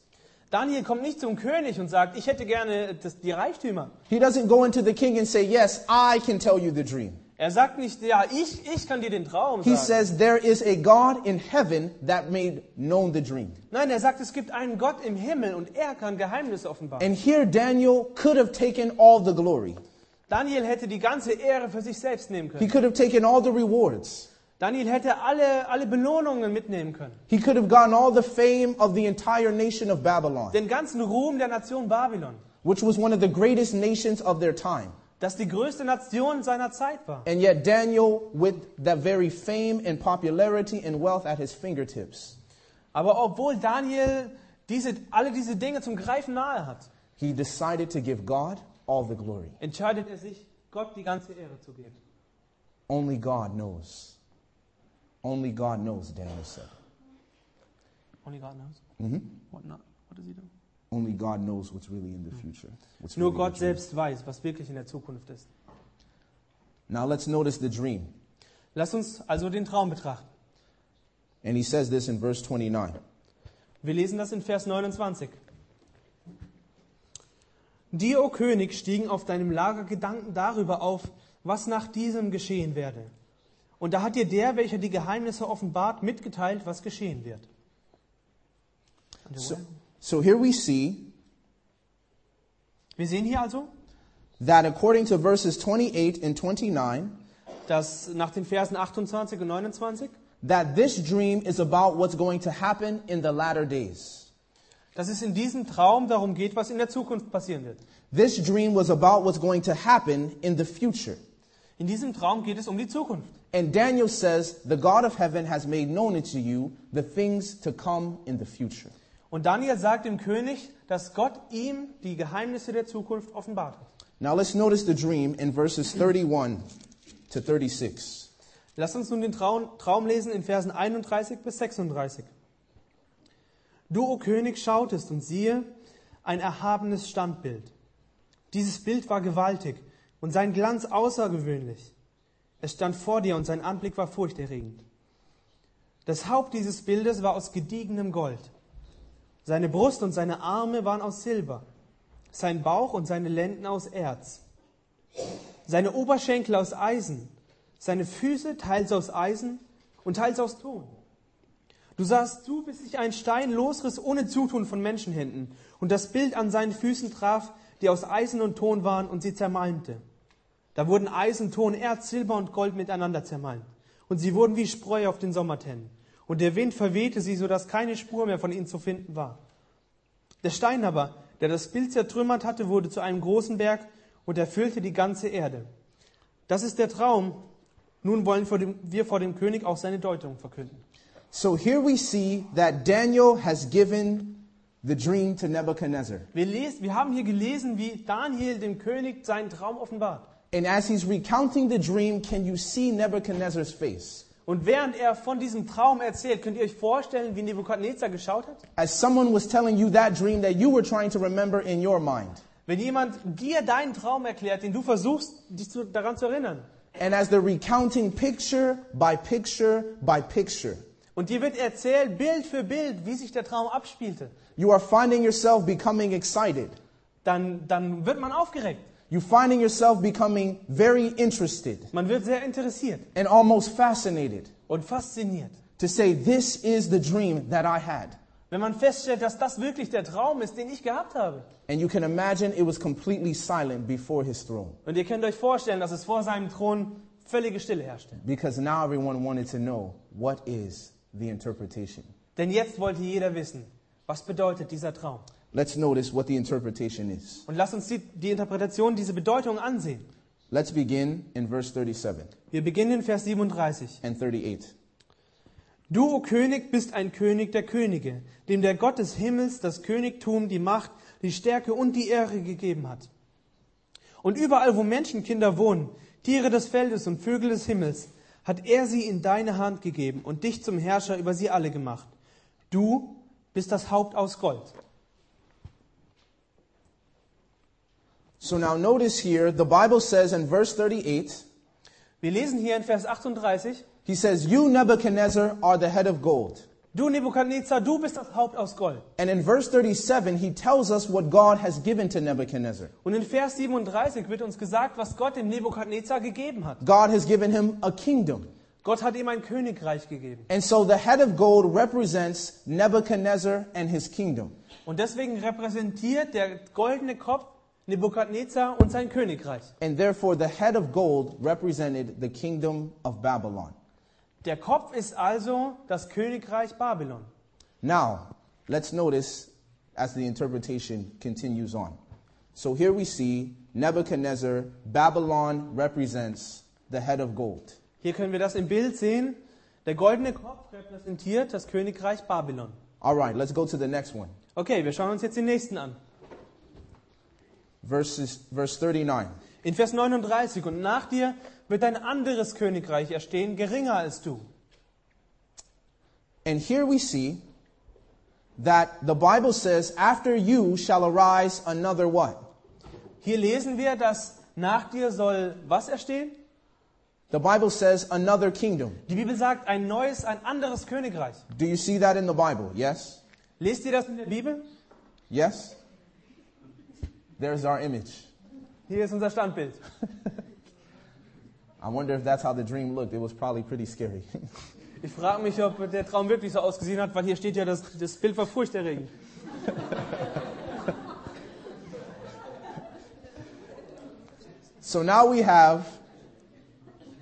Daniel kommt nicht zum König und sagt, ich hätte gerne das, die Reichtümer.
He doesn't go into the king and say, Yes, I can tell you the dream.
Er sagt nicht, ja, ich, ich kann dir den Traum
He
sagen.
says, There is a God in heaven that made known the dream.
Nein, er sagt, es gibt einen Gott im Himmel und er kann Geheimnisse offenbaren.
And here Daniel could have taken all the glory,
Daniel hätte die ganze Ehre für sich selbst nehmen
he
können.
could have taken all the rewards,
Daniel hätte alle, alle Belohnungen mitnehmen können.
he could have gotten all the fame of the entire nation of Babylon,
Den ganzen Ruhm der Nation Babylon,
which was one of the greatest nations of their time.
das die größte Nation seiner Zeit war.
And yet, Daniel, with that very fame and popularity and wealth at his fingertips,
Aber obwohl Daniel diese, alle diese Dinge zum Greifen nahe hat,
he decided to give God all the glory.
entscheidet er sich, Gott die ganze Ehre zu geben.
Only God knows. Only God knows, Daniel said.
Only God knows. What not? What does he do?
Only God knows what's really in the future. What's
Nur
really
Gott
the dream.
selbst weiß, was wirklich in der Zukunft ist.
Now let's notice the dream.
Lass uns also den Traum betrachten.
And he says this in verse 29.
Wir lesen das in Vers 29. Dir, o König, stiegen auf deinem Lager Gedanken darüber auf, was nach diesem geschehen werde. Und da hat dir der, welcher die Geheimnisse offenbart, mitgeteilt, was geschehen wird.
So, so here we see
Wir sehen hier also,
that according to verses 28 and 29,
dass nach den Versen 28 und 29,
that this dream is about what's going to happen in the latter days.
dass es in diesem Traum darum geht, was in der Zukunft passieren wird.
This dream was about what's going to happen in the future.
In diesem Traum geht es um die Zukunft.
And Daniel says, The God of heaven has made known unto you the things to come in the future.
Und Daniel sagt dem König, dass Gott ihm die Geheimnisse der Zukunft offenbart hat.
Now let's notice the dream in verses 31 to 36.
Lass uns nun den Traum, Traum lesen in Versen 31 bis 36. Du, o König, schautest und siehe, ein erhabenes Standbild. Dieses Bild war gewaltig und sein Glanz außergewöhnlich. Es stand vor dir und sein Anblick war furchterregend. Das Haupt dieses Bildes war aus gediegenem Gold. Seine Brust und seine Arme waren aus Silber, sein Bauch und seine Lenden aus Erz, seine Oberschenkel aus Eisen, seine Füße teils aus Eisen und teils aus Ton. Du sahst zu, bis sich ein Stein losriss ohne Zutun von Menschenhänden und das Bild an seinen Füßen traf, die aus Eisen und Ton waren und sie zermalmte. Da wurden Eisen, Ton, Erz, Silber und Gold miteinander zermalmt und sie wurden wie Spreu auf den Sommertennen und der Wind verwehte sie, so dass keine Spur mehr von ihnen zu finden war. Der Stein aber, der das Bild zertrümmert hatte, wurde zu einem großen Berg und erfüllte die ganze Erde. Das ist der Traum. Nun wollen vor dem, wir vor dem König auch seine Deutung verkünden.
So here we see that Daniel has given the dream to Nebuchadnezzar.
Wir, les, wir haben hier gelesen, wie Daniel dem König seinen Traum offenbart.
And as he's recounting the dream, can you see Nebuchadnezzar's face?
Und während er von diesem Traum erzählt, könnt ihr euch vorstellen, wie Nebukadnezar geschaut hat?
As someone was telling you that dream that you were trying to remember in your mind.
Wenn jemand dir deinen Traum erklärt, den du versuchst, dich zu, daran zu erinnern.
And as they're recounting picture by picture by picture,
Und dir wird erzählt, Bild für Bild, wie sich der Traum abspielte.
you are finding yourself becoming excited.
Dann, dann wird man aufgeregt.
You're finding yourself becoming very interested
Man wird sehr interessiert
and almost fascinated
und fasziniert.
to say, This is the dream that I had.
Wenn man feststellt, dass das wirklich der Traum ist, den ich gehabt habe.
And you can imagine it was completely silent before his throne
Und ihr könnt euch vorstellen, dass es vor seinem Thron völlige Stille herrschte.
because now everyone wanted to know what is the interpretation.
Denn jetzt wollte jeder wissen, was bedeutet dieser Traum?
Let's notice what the interpretation is.
Und lasst uns die, die Interpretation, diese Bedeutung ansehen.
Let's begin in verse 37
Wir beginnen in Vers 37.
and 38.
Du, o König, bist ein König der Könige, dem der Gott des Himmels das Königtum, die Macht, die Stärke und die Ehre gegeben hat. Und überall, wo Menschenkinder wohnen, Tiere des Feldes und Vögel des Himmels, hat er sie in deine Hand gegeben und dich zum Herrscher über sie alle gemacht. Du bist das Haupt aus Gold.
So now notice here, the Bible says in verse 38,
Wir lesen hier in Vers 38,
he says, You, Nebuchadnezzar, are the head of gold.
du Nebukadnezar, du bist das Haupt aus Gold.
And in verse 37, he tells us what God has given to Nebuchadnezzar.
Und in Vers 37 wird uns gesagt, was Gott dem Nebukadnezar gegeben hat.
God has given him a kingdom.
Gott hat ihm ein Königreich gegeben.
And so the head of gold represents Nebuchadnezzar and his kingdom.
Und deswegen repräsentiert der goldene Kopf Nebukadnezar und sein Königreich.
And therefore, the head of gold represented the kingdom of Babylon.
Der Kopf ist also das Königreich Babylon.
Now, let's notice as the interpretation continues on. So here we see Nebuchadnezzar, Babylon represents the head of gold.
Hier können wir das im Bild sehen. Der goldene Kopf repräsentiert das Königreich Babylon.
All right, let's go to the next one.
Okay, wir schauen uns jetzt den nächsten an.
Verses, verse 39.
In Vers 39, und nach dir wird ein anderes Königreich erstehen, geringer als du.
And here we see that the Bible says, after you shall arise another what?
Hier lesen wir, dass nach dir soll was erstehen?
The Bible says another kingdom.
Die Bibel sagt ein neues, ein anderes Königreich.
Do you see that in the Bible? Yes?
Lest ihr das in der Bibel?
Yes? There's our image.
Hier ist unser Standbild.
I wonder if that's how the dream looked. It was probably pretty scary.
Ich frage mich, ob der Traum wirklich so ausgesehen hat, weil hier steht ja, das, das Bild war furchterregend.
so now we have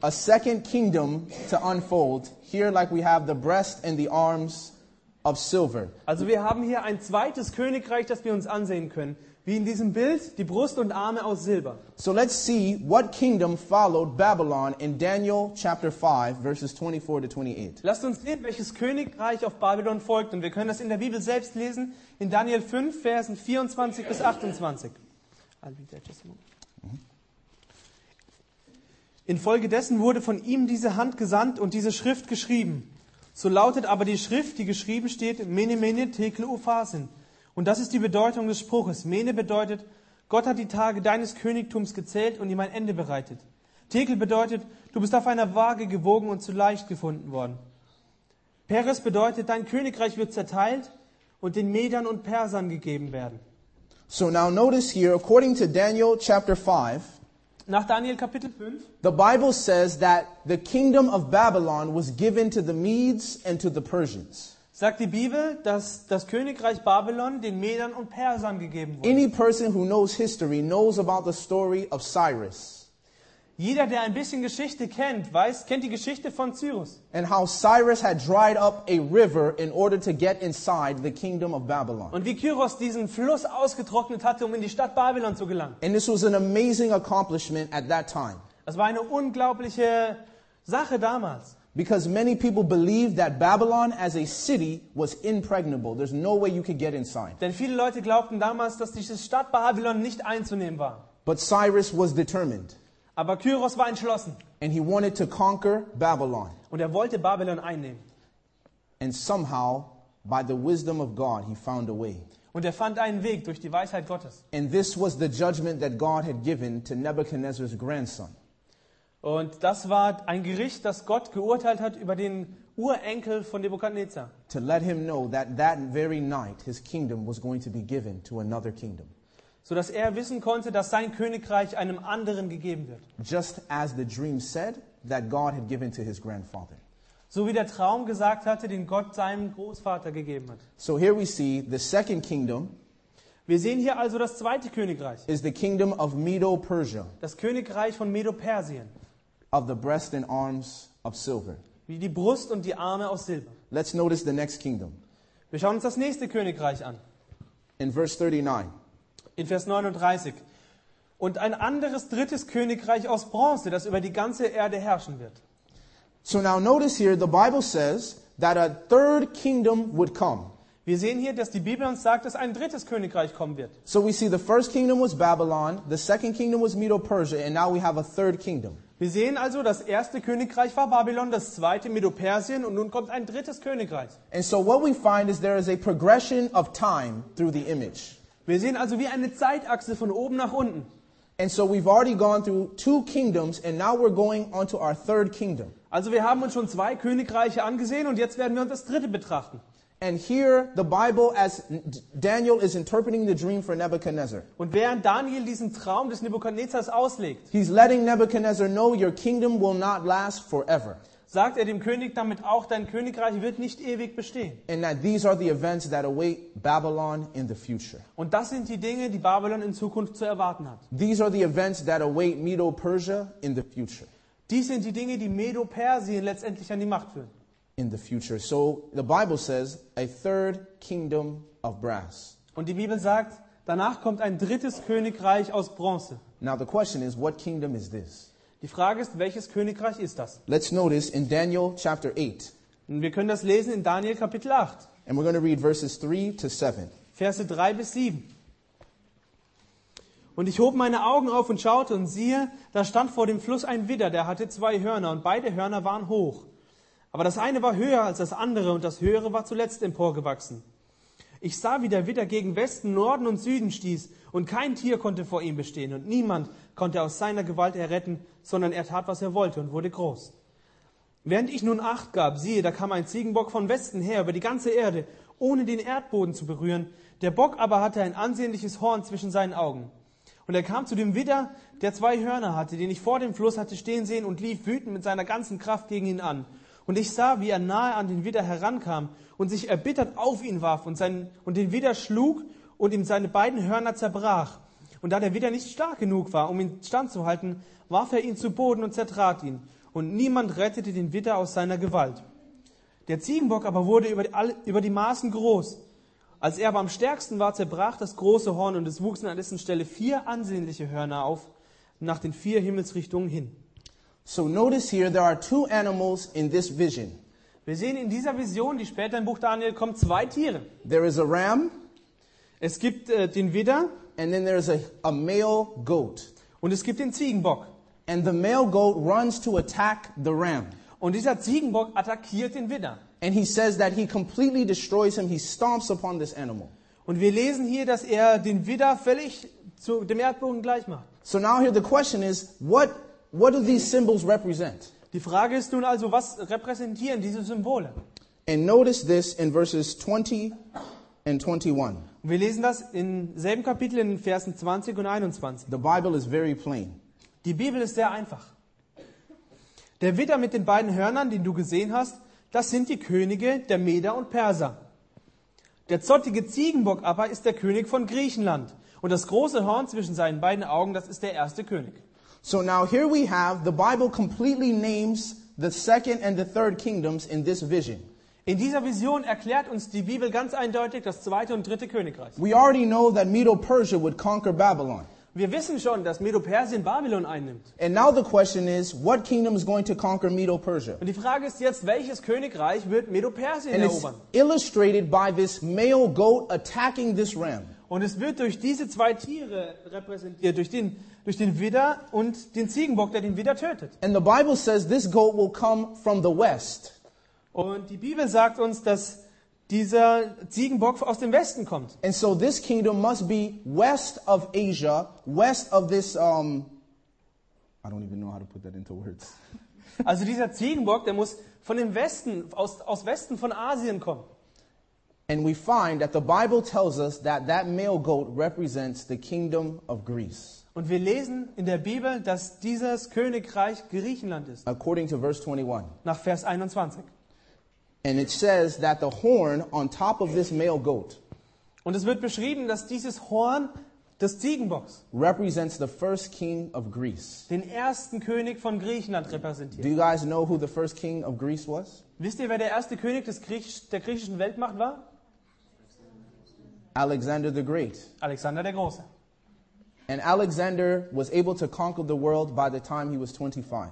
a second kingdom to unfold. Here, like we have the breast and the arms of silver.
Also wir haben hier ein zweites Königreich, das wir uns ansehen können. Wie in diesem Bild, die Brust und Arme aus Silber.
So let's see what kingdom followed Babylon in Daniel chapter 5, verses 24 to 28.
Lasst uns sehen, welches Königreich auf Babylon folgt. Und wir können das in der Bibel selbst lesen, in Daniel 5, Versen 24 bis 28. I'll read that just a moment. Infolgedessen wurde von ihm diese Hand gesandt und diese Schrift geschrieben. So lautet aber die Schrift, die geschrieben steht, Mene Mene Tekel Uphasin. Und das ist die Bedeutung des Spruches. Mene bedeutet, Gott hat die Tage deines Königtums gezählt und ihm ein Ende bereitet. Tekel bedeutet, du bist auf einer Waage gewogen und zu leicht gefunden worden. Peres bedeutet, dein Königreich wird zerteilt und den Medern und Persern gegeben werden.
So now notice here, according to Daniel chapter 5,
Nach Daniel Kapitel 5
the Bible says that the kingdom of Babylon was given to the Medes and to the Persians.
sagt die Bibel, dass das Königreich Babylon den Medern und Persern gegeben wurde.
Any person who knows history knows about the story of Cyrus
Jeder, der ein bisschen Geschichte kennt, weiß, kennt die Geschichte von Cyrus.
and how Cyrus had dried up a river in order to get inside the kingdom of Babylon.
Und wie Kyros diesen Fluss ausgetrocknet hatte, um in die Stadt Babylon zu gelangen.
And this was an amazing accomplishment at that time
Das war eine unglaubliche Sache damals.
because many people believed that Babylon as a city was impregnable. There's no way you could get inside.
Denn viele Leute glaubten damals, dass diese Stadt Babylon nicht einzunehmen war.
But Cyrus was determined
Aber Kyros war entschlossen
and he wanted to conquer Babylon.
und er wollte Babylon einnehmen.
And somehow, by the wisdom of God, he found a way.
Und er fand einen Weg durch die Weisheit Gottes.
And this was the judgment that God had given to Nebuchadnezzar's grandson.
Und das war ein Gericht, das Gott geurteilt hat über den Urenkel von Nebukadnezar.
to let him know that that very night his kingdom was going to be given to another kingdom,
sodass er wissen konnte, dass sein Königreich einem anderen gegeben wird.
just as the dream said that God had given to his grandfather.
so wie der Traum gesagt hatte, den Gott seinem Großvater gegeben hat.
So here we see the second kingdom
Wir sehen hier also das zweite Königreich,
is the kingdom of Medo Persia,
das Königreich von Medo-Persien,
of the breast and arms of silver.
wie die Brust und die Arme aus Silber.
Let's notice the next kingdom.
Wir schauen uns das nächste Königreich an,
In verse 39,
in Vers 39. Und ein anderes drittes Königreich aus Bronze, das über die ganze Erde herrschen wird.
So now notice here, the Bible says that a third kingdom would come.
Wir sehen hier, dass die Bibel uns sagt, dass ein drittes Königreich kommen wird.
So we see the first kingdom was Babylon, the second kingdom was Medo Persia, and now we have a third kingdom.
Wir sehen also, das erste Königreich war Babylon, das zweite Medo-Persien und nun kommt ein drittes Königreich.
And so what we find is there is a progression of time through the image.
Wir sehen also wie eine Zeitachse von oben nach unten.
And so we've already gone through two kingdoms, and now we're going on to our third kingdom.
Also wir haben uns schon zwei Königreiche angesehen und jetzt werden wir uns das dritte betrachten.
And here, the Bible, as Daniel is interpreting the dream for Nebuchadnezzar,
Und während Daniel diesen Traum des Nebukadnezars auslegt,
he's letting Nebuchadnezzar know your kingdom will not last forever,
sagt er dem König damit auch, dein Königreich wird nicht ewig bestehen.
and that these are the events that await Babylon in the future.
Und das sind die Dinge, die Babylon in Zukunft zu erwarten hat.
These are the events that await Medo Persia in the future.
Dies sind die Dinge, die Medo-Persien letztendlich an die Macht führen.
In the future. So the Bible says a third kingdom of brass.
Und die Bibel sagt, danach kommt ein drittes Königreich aus Bronze.
Now the question is, what kingdom is this?
Die Frage ist, welches Königreich ist das?
Let's notice in Daniel chapter 8,
Und wir können das lesen in Daniel Kapitel 8,
and we're going to read verses 3 to 7.
Verse 3 bis 7. Und ich hob meine Augen auf und schaute, und siehe, da stand vor dem Fluss ein Widder, der hatte zwei Hörner, und beide Hörner waren hoch. Aber das eine war höher als das andere, und das höhere war zuletzt emporgewachsen. Ich sah, wie der Widder gegen Westen, Norden und Süden stieß, und kein Tier konnte vor ihm bestehen, und niemand konnte aus seiner Gewalt erretten, sondern er tat, was er wollte, und wurde groß. Während ich nun Acht gab, siehe, da kam ein Ziegenbock von Westen her über die ganze Erde, ohne den Erdboden zu berühren. Der Bock aber hatte ein ansehnliches Horn zwischen seinen Augen. Und er kam zu dem Widder, der zwei Hörner hatte, den ich vor dem Fluss hatte stehen sehen und lief wütend mit seiner ganzen Kraft gegen ihn an. Und ich sah, wie er nahe an den Widder herankam und sich erbittert auf ihn warf und, seinen, und den Widder schlug und ihm seine beiden Hörner zerbrach. Und da der Widder nicht stark genug war, um ihn standzuhalten, warf er ihn zu Boden und zertrat ihn. Und niemand rettete den Widder aus seiner Gewalt. Der Ziegenbock aber wurde über die, all- über die Maßen groß. Als er aber am stärksten war, zerbrach das große Horn und es wuchsen an dessen Stelle vier ansehnliche Hörner auf, nach den vier Himmelsrichtungen hin.
So notice here, there are two animals in this vision
Wir sehen in dieser Vision, die später im Buch Daniel kommt, zwei Tiere.
there is a ram,
Es gibt äh, den Widder
and then there's a, a male goat.
und es gibt den Ziegenbock.
And the male goat runs to attack the ram.
Und dieser Ziegenbock attackiert den Widder.
And he says that he completely destroys him. He stomps upon this animal.
Und wir lesen hier, dass er den Widder völlig zu dem Erdboden gleich macht.
So now here the question is, what, what do these symbols represent?
Die Frage ist nun also, was repräsentieren diese Symbole?
And notice this in verses 20 and 21.
Und wir lesen das im selben Kapitel in den Versen 20 und 21.
The Bible is very plain.
Die Bibel ist sehr einfach. Der Widder mit den beiden Hörnern, den du gesehen hast, das sind die Könige der Meder und Perser. Der zottige Ziegenbock aber ist der König von Griechenland. Und das große Horn zwischen seinen beiden Augen, das ist der erste König.
So now here we have the Bible completely names the second and the third kingdoms in this vision.
In dieser Vision erklärt uns die Bibel ganz eindeutig das zweite und dritte Königreich.
We already know that Medo Persia would conquer Babylon.
Wir wissen schon, dass Medo-Persien Babylon einnimmt.
And now the question is, what kingdom is going to conquer Medo Persia?
Und die Frage ist jetzt, welches Königreich wird Medo-Persien
And it's
erobern?
illustrated by this male goat attacking this ram.
Und es wird durch diese zwei Tiere repräsentiert, durch den, durch den Widder und den Ziegenbock, der den Widder tötet.
And the Bible says this goat will come from the west.
Und die Bibel sagt uns, dass dieser Ziegenbock aus dem Westen kommt.
And so this kingdom must be west of Asia, west of this, um, I don't even know how to put that into words.
Also dieser Ziegenbock, der muss von dem Westen, aus, aus Westen von Asien kommen.
And we find that the Bible tells us that that male goat represents the kingdom of Greece,
Und wir lesen in der Bibel, dass dieses Königreich Griechenland ist,
according to verse 21.
nach Vers 21.
And it says that the horn on top of this male goat
Und es wird beschrieben, dass dieses Horn des Ziegenbocks
represents the first king of Greece.
den ersten König von Griechenland repräsentiert.
Do you guys know who the first king of Greece was?
Wisst ihr, wer der erste König des Griech der griechischen Weltmacht war?
Alexander the Great.
Alexander der Große.
And Alexander was able to conquer the world by the time he was 25.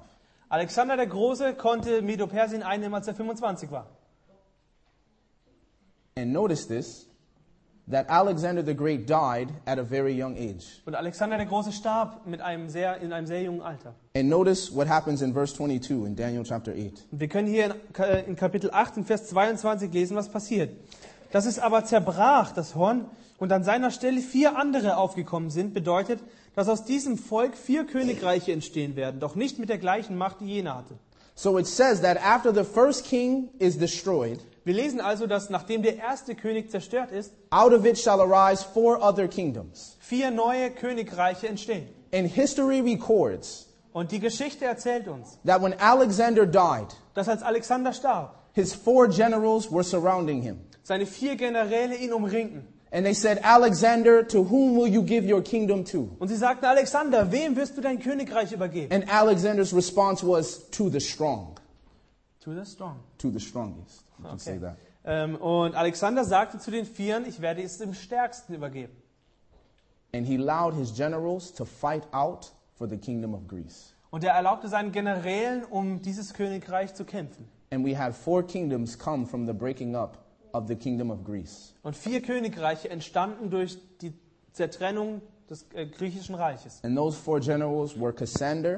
Alexander der Große konnte Medo-Persien einnehmen, als er 25 war.
And notice this that Alexander the Great died at a very young age.
Und Alexander der Große starb mit einem sehr, in einem sehr jungen Alter.
And notice what happens in verse 22 in Daniel chapter 8.
Und wir können hier in, Ka- äh, in Kapitel 8 und Vers 22 lesen, was passiert. Dass es aber zerbrach, das Horn, und an seiner Stelle vier andere aufgekommen sind, bedeutet, dass aus diesem Volk vier Königreiche entstehen werden, doch nicht mit der gleichen Macht, die jener hatte.
So it says that after the first king is destroyed,
Wir lesen also, dass nachdem der erste König zerstört ist,
out of it shall arise four other kingdoms.
vier neue Königreiche entstehen.
And history records
Und die Geschichte erzählt uns,
that when Alexander died,
dass als Alexander starb,
his four generals were surrounding him.
seine vier Generäle ihn umringten.
And they said, Alexander, to whom will you give your kingdom to?
Und sie sagten, Alexander, wem wirst du dein Königreich übergeben?
And Alexander's response was, to the strong,
To the strong.
to the strongest. You can say that.
Ähm, und Alexander sagte zu den Vieren, ich werde es dem Stärksten übergeben.
And he allowed his generals to fight out for the kingdom of Greece.
Und er erlaubte seinen Generälen, um dieses Königreich zu kämpfen.
And we had four kingdoms come from the breaking up of the kingdom of Greece.
Und vier Königreiche entstanden durch die Zertrennung des äh, griechischen Reiches.
And those four generals were Cassander,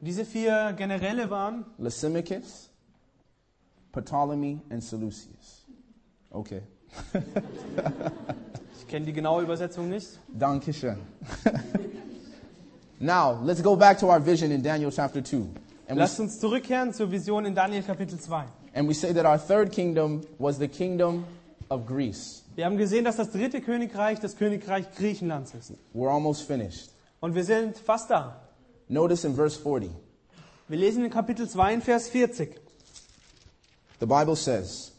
Und diese vier Generäle waren
Lysimachus, Ptolemy, and Seleucus. Okay.
Ich kenne die genaue Übersetzung nicht.
Don Kishon. now, let's go back to our vision in Daniel chapter 2. And we,
Lasst uns zurückkehren zur Vision in Daniel Kapitel 2.
and we say that our third kingdom was the kingdom of Greece.
Wir haben gesehen, dass das dritte Königreich das Königreich Griechenlands ist.
We're almost finished.
Und wir sind fast da.
Notice in verse 40,
Wir lesen in Kapitel 2 in Vers 40.
the Bible says,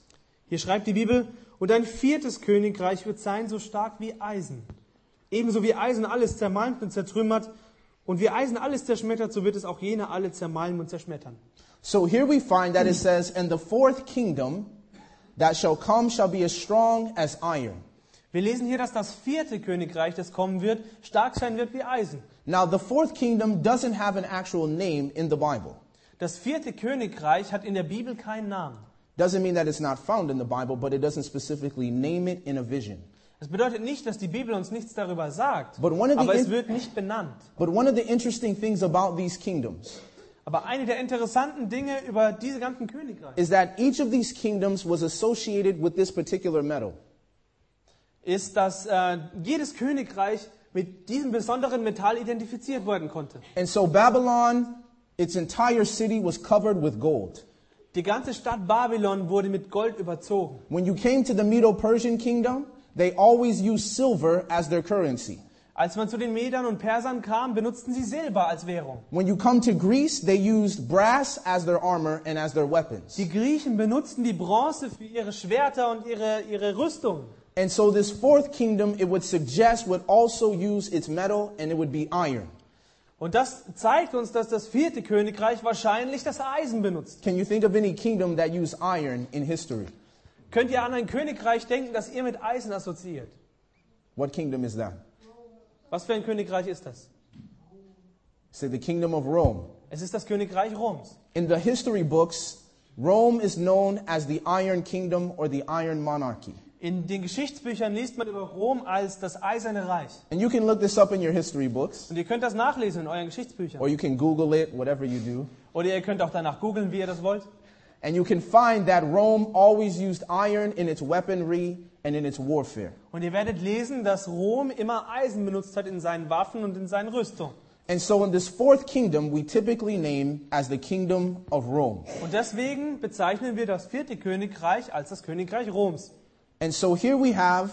Hier schreibt die Bibel, und ein viertes Königreich wird sein, so stark wie Eisen. Ebenso wie Eisen alles zermalmt und zertrümmert, und wie Eisen alles zerschmettert, so wird es auch jene alle zermalmen und zerschmettern.
So here we find that it says, And the fourth kingdom that shall come shall be as strong as iron.
Wir lesen hier, dass das vierte Königreich, das kommen wird, stark sein wird wie Eisen.
Now, the fourth kingdom doesn't have an actual name in the Bible.
Das vierte Königreich hat in der Bibel keinen Namen.
Doesn't mean that it's not found in the Bible, but it doesn't specifically name it in a vision.
Das bedeutet nicht, dass die Bibel uns nichts darüber sagt,
But one of the
aber es
in-
wird nicht benannt.
But one of the interesting things about these kingdoms
Aber eine der interessanten Dinge über diese ganzen Königreiche
is that each of these kingdoms was associated with this particular metal.
ist, dass äh, jedes Königreich mit diesem besonderen Metall identifiziert werden konnte.
And so Babylon, its entire city was covered with gold.
Die ganze Stadt Babylon wurde mit Gold überzogen.
When you came to the Medo-Persian kingdom, they always used silver as their currency.
Als man zu den Medern und Persern kam, benutzten sie Silber als Währung.
When you come to Greece, they used brass as their armor and as their weapons.
Die Griechen benutzten die Bronze für ihre Schwerter und ihre, ihre Rüstungen.
And so this fourth kingdom, it would suggest, would also use its metal and it would be iron.
Und das zeigt uns, dass das vierte Königreich wahrscheinlich das Eisen benutzt.
Can you think of any kingdom that used iron in history?
Könnt ihr an ein Königreich denken, das ihr mit Eisen assoziiert?
What kingdom is that?
Was für ein Königreich ist das?
Say the kingdom of Rome.
Es ist das Königreich Roms.
In the history books, Rome is known as the Iron Kingdom or the Iron Monarchy.
In den Geschichtsbüchern liest man über Rom als das eiserne Reich.
And you can look this up in your history books,
Und ihr könnt das nachlesen in euren Geschichtsbüchern.
or you can Google it, whatever you do.
Oder ihr könnt auch danach googeln, wie ihr das wollt.
And you can find that Rome always used iron in its weaponry and in its warfare.
Und ihr werdet lesen, dass Rom immer Eisen benutzt hat in seinen Waffen und in seinen Rüstungen.
And so in this fourth kingdom, we typically name as the Kingdom of Rome.
Und deswegen bezeichnen wir das vierte Königreich als das Königreich Roms.
And so here we have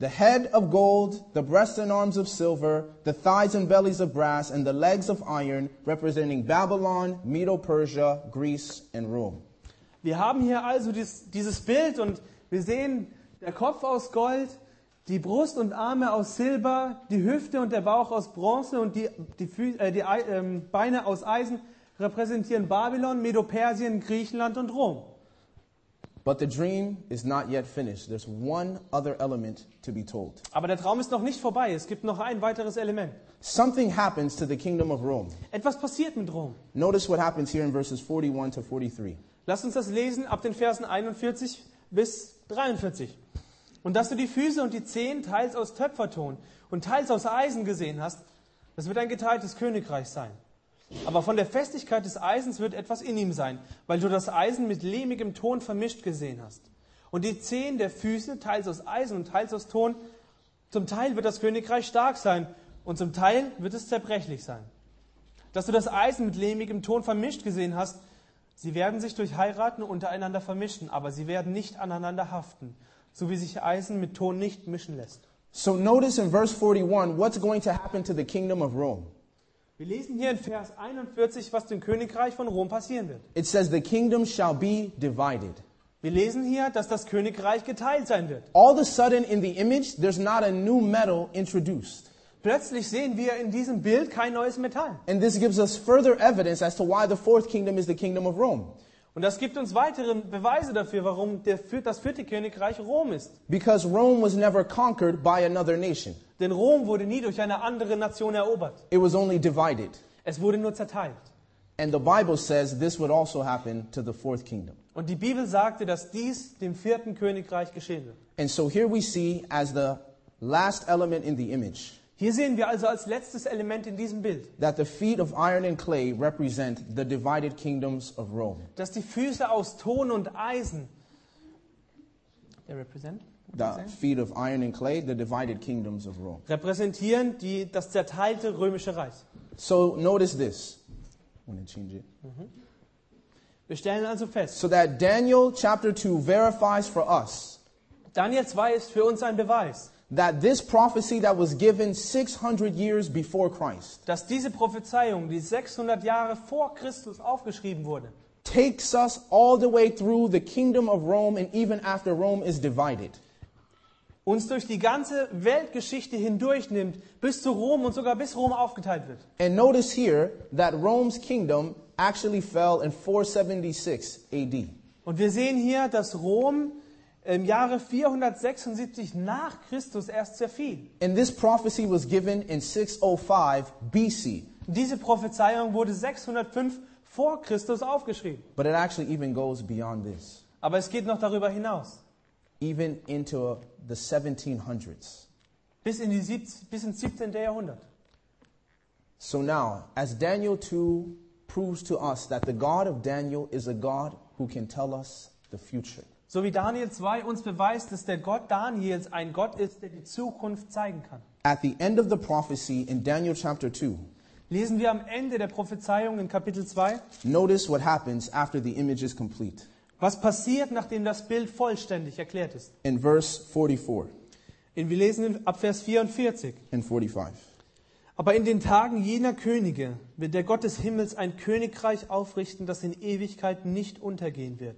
the head of gold, the breast and arms of silver, the thighs and bellies of brass, and the legs of iron, representing Babylon, Medo Persia, Greece, and Rome.
Wir haben hier also dies, dieses Bild und wir sehen der Kopf aus Gold, die Brust und Arme aus Silber, die Hüfte und der Bauch aus Bronze und die, die, Fü- äh, die Ei- ähm, Beine aus Eisen repräsentieren Babylon, Medopersien, Griechenland und Rom.
But the dream is not yet finished. There's one other element to be told.
Aber der Traum ist noch nicht vorbei. Es gibt noch ein weiteres Element.
Something happens to the kingdom of Rome.
Etwas passiert mit Rom.
Notice what happens here in verses 41 to 43.
Lasst uns das lesen ab den Versen 41 bis 43. Und dass du die Füße und die Zehen teils aus Töpferton und teils aus Eisen gesehen hast, das wird ein geteiltes Königreich sein. Aber von der Festigkeit des Eisens wird etwas in ihm sein, weil du das Eisen mit lehmigem Ton vermischt gesehen hast. Und die Zehen der Füße, teils aus Eisen und teils aus Ton, zum Teil wird das Königreich stark sein und zum Teil wird es zerbrechlich sein. Dass du das Eisen mit lehmigem Ton vermischt gesehen hast, Sie werden sich durch Heiraten untereinander vermischen, aber sie werden nicht aneinander haften, so wie sich Eisen mit Ton nicht mischen lässt.
So notice in verse 41 what's going to happen to the kingdom of Rome.
Wir lesen hier in Vers 41, was dem Königreich von Rom passieren wird.
It says, The kingdom shall be divided.
Wir lesen hier, dass das Königreich geteilt sein wird.
All of a sudden, in the image, there's not a new metal introduced.
Plötzlich sehen wir in diesem Bild kein neues Metall.
And this gives us further evidence as to why the fourth kingdom is the kingdom of Rome.
Und das gibt uns weitere Beweise dafür, warum der, vier- das vierte Königreich Rom ist.
Because Rome was never conquered by another nation,
Denn Rom wurde nie durch eine andere Nation erobert.
it was only divided.
Es wurde nur zerteilt.
And the Bible says this would also happen to the fourth kingdom.
Und die Bibel sagte, dass dies dem vierten Königreich geschehen wird.
And so here we see, as the last element in the image,
Hier sehen wir also als letztes Element in diesem Bild,
that the feet of iron and clay represent the divided kingdoms of Rome.
dass die Füße aus Ton und Eisen. They represent?
The feet of iron and clay, the divided kingdoms of Rome.
Repräsentieren die, das zerteilte römische Reich.
So notice this. want to change it.
Wir stellen also fest,
So that Daniel chapter 2 verifies for us
Daniel 2 ist für uns ein Beweis,
that this prophecy that was given 600 years before Christ
dass diese Prophezeiung, die 600 Jahre vor Christus aufgeschrieben wurde,
takes us all the way through the kingdom of Rome and even after Rome is divided.
uns durch die ganze Weltgeschichte hindurchnimmt, bis zu Rom und sogar bis Rom aufgeteilt wird.
And notice here that Rome's kingdom actually fell in 476 AD.
Und wir sehen hier, dass Rom im Jahre 476 nach Christus erst zerfiel.
And this prophecy was given in 605 BC,
Diese Prophezeiung wurde 605 vor Christus aufgeschrieben.
but it actually even goes beyond this.
Aber es geht noch darüber hinaus.
even into the 1700s.
Bis, in die siebz- bis ins 17. Jahrhundert.
So now, as Daniel 2 proves to us that the God of Daniel is a God who can tell us the future.
So wie Daniel 2 uns beweist, dass der Gott Daniels ein Gott ist, der die Zukunft zeigen kann.
At the end of the prophecy in Daniel chapter 2,
Lesen wir am Ende der Prophezeiung in Kapitel 2,
notice what happens after the image is complete.
was passiert, nachdem das Bild vollständig erklärt ist.
In verse 44
Und wir lesen in- ab Vers 44.
and 45.
Aber in den Tagen jener Könige wird der Gott des Himmels ein Königreich aufrichten, das in Ewigkeit nicht untergehen wird.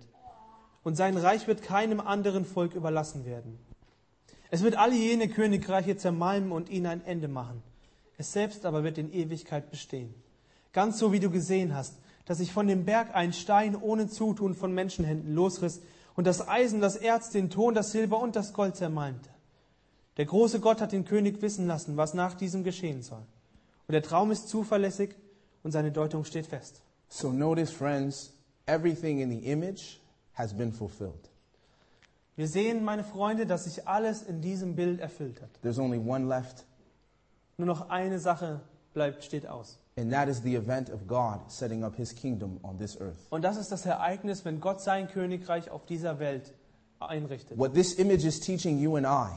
Und sein Reich wird keinem anderen Volk überlassen werden. Es wird alle jene Königreiche zermalmen und ihnen ein Ende machen. Es selbst aber wird in Ewigkeit bestehen. Ganz so wie du gesehen hast, dass ich von dem Berg einen Stein ohne Zutun von Menschenhänden losriss und das Eisen, das Erz, den Ton, das Silber und das Gold zermalmte. Der große Gott hat den König wissen lassen, was nach diesem geschehen soll. Und der Traum ist zuverlässig und seine Deutung steht fest.
So notice, friends, everything in the image has been fulfilled.
Wir sehen, meine Freunde, dass sich alles in diesem Bild erfüllt hat.
There's only one left,
Nur noch eine Sache bleibt, steht aus.
and that is the event of God setting up his kingdom on this earth.
Und das ist das Ereignis, wenn Gott sein Königreich auf dieser Welt einrichtet.
What this image is teaching you and I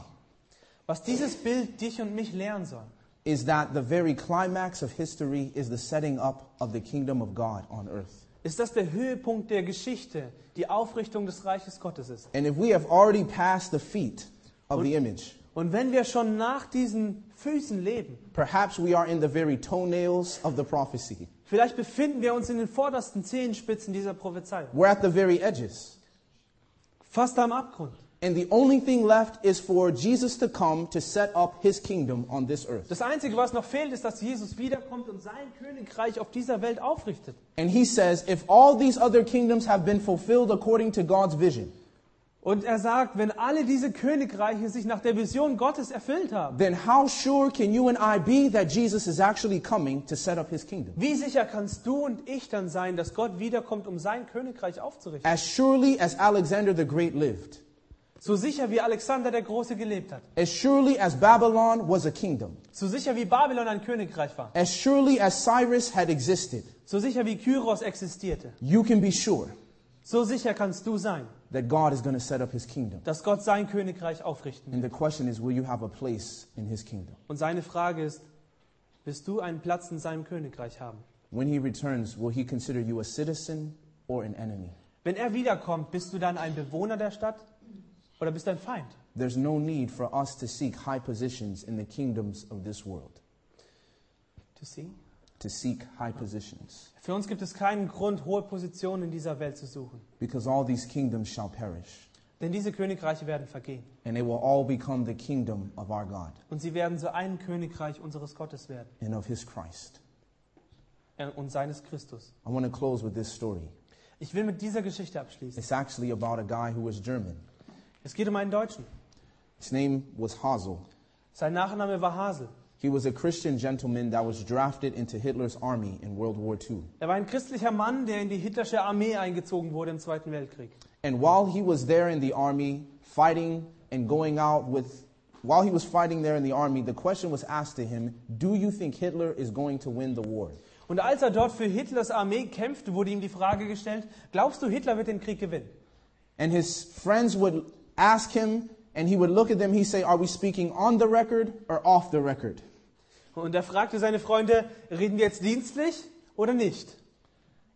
Was dieses Bild dich und mich lernen soll,
is that the very climax of history is the setting up of the kingdom of God on earth.
ist, dass der Höhepunkt der Geschichte die Aufrichtung des Reiches Gottes ist.
And if we have already passed the feet of the image,
Und wenn wir schon nach diesen Füßen leben,
perhaps we are in the very toenails of the prophecy.
Vielleicht befinden wir uns in den vordersten Zehenspitzen dieser Prophezei.
We're at the very edges.
Fast am Abgrund.
And the only thing left is for Jesus to come to set up his kingdom on this earth.
Das Einzige, was noch fehlt, ist, dass Jesus wiederkommt und sein Königreich auf dieser Welt aufrichtet.
And he says, if all these other kingdoms have been fulfilled according to God's vision,
Und er sagt, wenn alle diese Königreiche sich nach der Vision Gottes erfüllt haben,
then how sure can you and I be that Jesus is actually coming to set up his kingdom?
wie sicher kannst du und ich dann sein, dass Gott wiederkommt, um sein Königreich aufzurichten?
As surely as Alexander the Great lived,
So sicher wie Alexander der Große gelebt hat,
as surely as Babylon was a kingdom,
so sicher wie Babylon ein Königreich war,
as surely as Cyrus had existed,
so sicher wie Kyros existierte,
you can be sure
so sicher kannst du sein,
that God is going to set up his kingdom.
dass Gott sein Königreich aufrichten
And
wird.
the question is, will you have a place in his kingdom?
Und seine Frage ist, wirst du einen Platz in seinem Königreich haben?
When he returns, will he consider you a citizen or an enemy?
Wenn er wiederkommt, bist du dann ein Bewohner der Stadt oder bist du ein Feind?
There's no need for us to seek high positions in the kingdoms of this world,
To see?
to seek high positions,
Für uns gibt es keinen Grund, hohe Positionen in dieser Welt zu suchen.
because all these kingdoms shall perish,
Denn diese Königreiche werden vergehen.
and they will all become the kingdom of our God
Und sie werden zu einem Königreich unseres Gottes werden
and of his Christ.
äh, und seines Christus.
I want to close with this story.
Ich will mit dieser Geschichte abschließen.
It's actually about a guy who was German.
Es geht um einen Deutschen.
His name was Hazel.
Sein Nachname war Hasel.
He was a Christian gentleman that was drafted into Hitler's army in World War II.
Er war ein christlicher Mann, der in die hitlersche Armee eingezogen wurde im Zweiten Weltkrieg.
And while he was there in the army, fighting and going out with, while he was fighting there in the army, the question was asked to him Do you think Hitler is going to win the war?
Und als er dort für Hitlers Armee kämpfte, wurde ihm die Frage gestellt, glaubst du, Hitler wird den Krieg gewinnen?
And his friends would ask him, and he would look at them, he'd say, Are we speaking on the record or off the record?
Und er fragte seine Freunde, reden wir jetzt dienstlich oder nicht?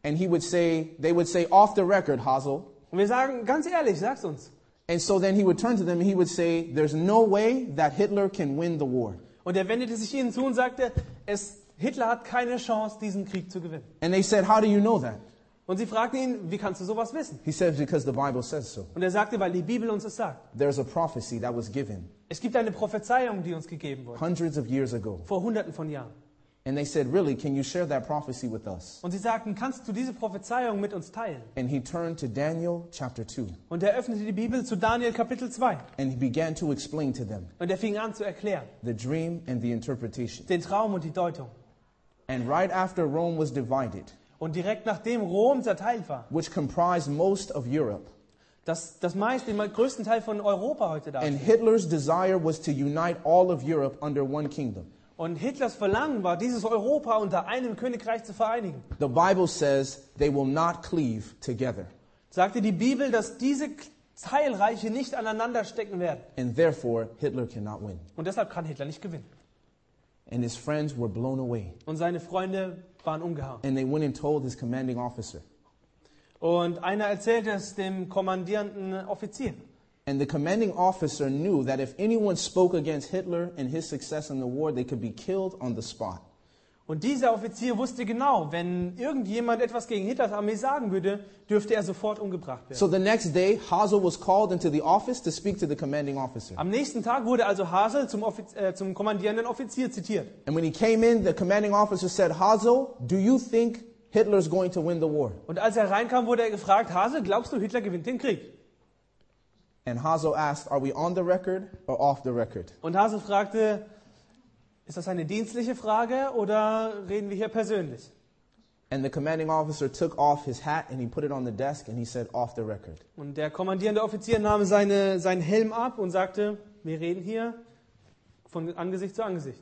And he would say, They would say, Off the record, Hazel.
Und wir sagen, ganz ehrlich, sag's uns.
And so then he would turn to them and he would say, There's no way that Hitler can win the war.
Und er wendete sich ihnen zu und sagte, es, Hitler hat keine Chance, diesen Krieg zu gewinnen.
And they said, How do you know that?
Und sie fragten ihn, wie kannst du sowas wissen?
He said, Because the Bible says so.
Und er sagte, weil die Bibel uns es sagt.
There's a prophecy that was given
Es gibt eine Prophezeiung, die uns gegeben wurde,
hundreds of years ago.
vor hunderten von Jahren.
And they said, Really, can you share that prophecy with us?
Und sie sagten, kannst du diese Prophezeiung mit uns teilen?
And he turned to Daniel chapter 2
Und er öffnete die Bibel zu Daniel Kapitel 2
and he began to explain to them
und er fing an zu erklären,
the dream and the interpretation.
den Traum und die Deutung.
And right after Rome was divided,
Und direkt nachdem Rom zerteilt war,
which comprised most of Europe,
das, das meiste, den größten Teil von Europa heute da.
and Hitler's desire was to unite all of Europe under one kingdom,
Und Hitlers Verlangen war, dieses Europa unter einem Königreich zu vereinigen.
the Bible says they will not cleave together.
sagte die Bibel, dass diese Teilreiche nicht aneinander stecken werden.
And therefore, Hitler cannot win.
Und deshalb kann Hitler nicht gewinnen.
And his friends were blown away.
Und seine Freunde waren umgehauen.
And they went and told his commanding officer.
Und einer erzählte es dem kommandierenden Offizier.
And the commanding officer knew that if anyone spoke against Hitler and his success in the war, they could be killed on the spot.
Und dieser Offizier wusste genau, wenn irgendjemand etwas gegen Hitlers Armee sagen würde, dürfte er sofort umgebracht werden.
So the next day, Hazel was called into the office to speak to the commanding officer.
Am nächsten Tag wurde also Hasel zum, Offiz äh, zum kommandierenden Offizier zitiert.
And when he came in, the commanding officer said, Hazel, do you think Hitler's going to win the war?
Und als er reinkam, wurde er gefragt, Hasel, glaubst du, Hitler gewinnt den Krieg?
And Hazel asked, Are we on the record or off the record?
Und Hasel fragte, ist das eine dienstliche Frage oder reden wir hier persönlich?
And the commanding officer took off his hat and he put it on the desk and he said, Off the record.
Und der kommandierende Offizier nahm seine, seinen Helm ab und sagte, wir reden hier von Angesicht zu Angesicht.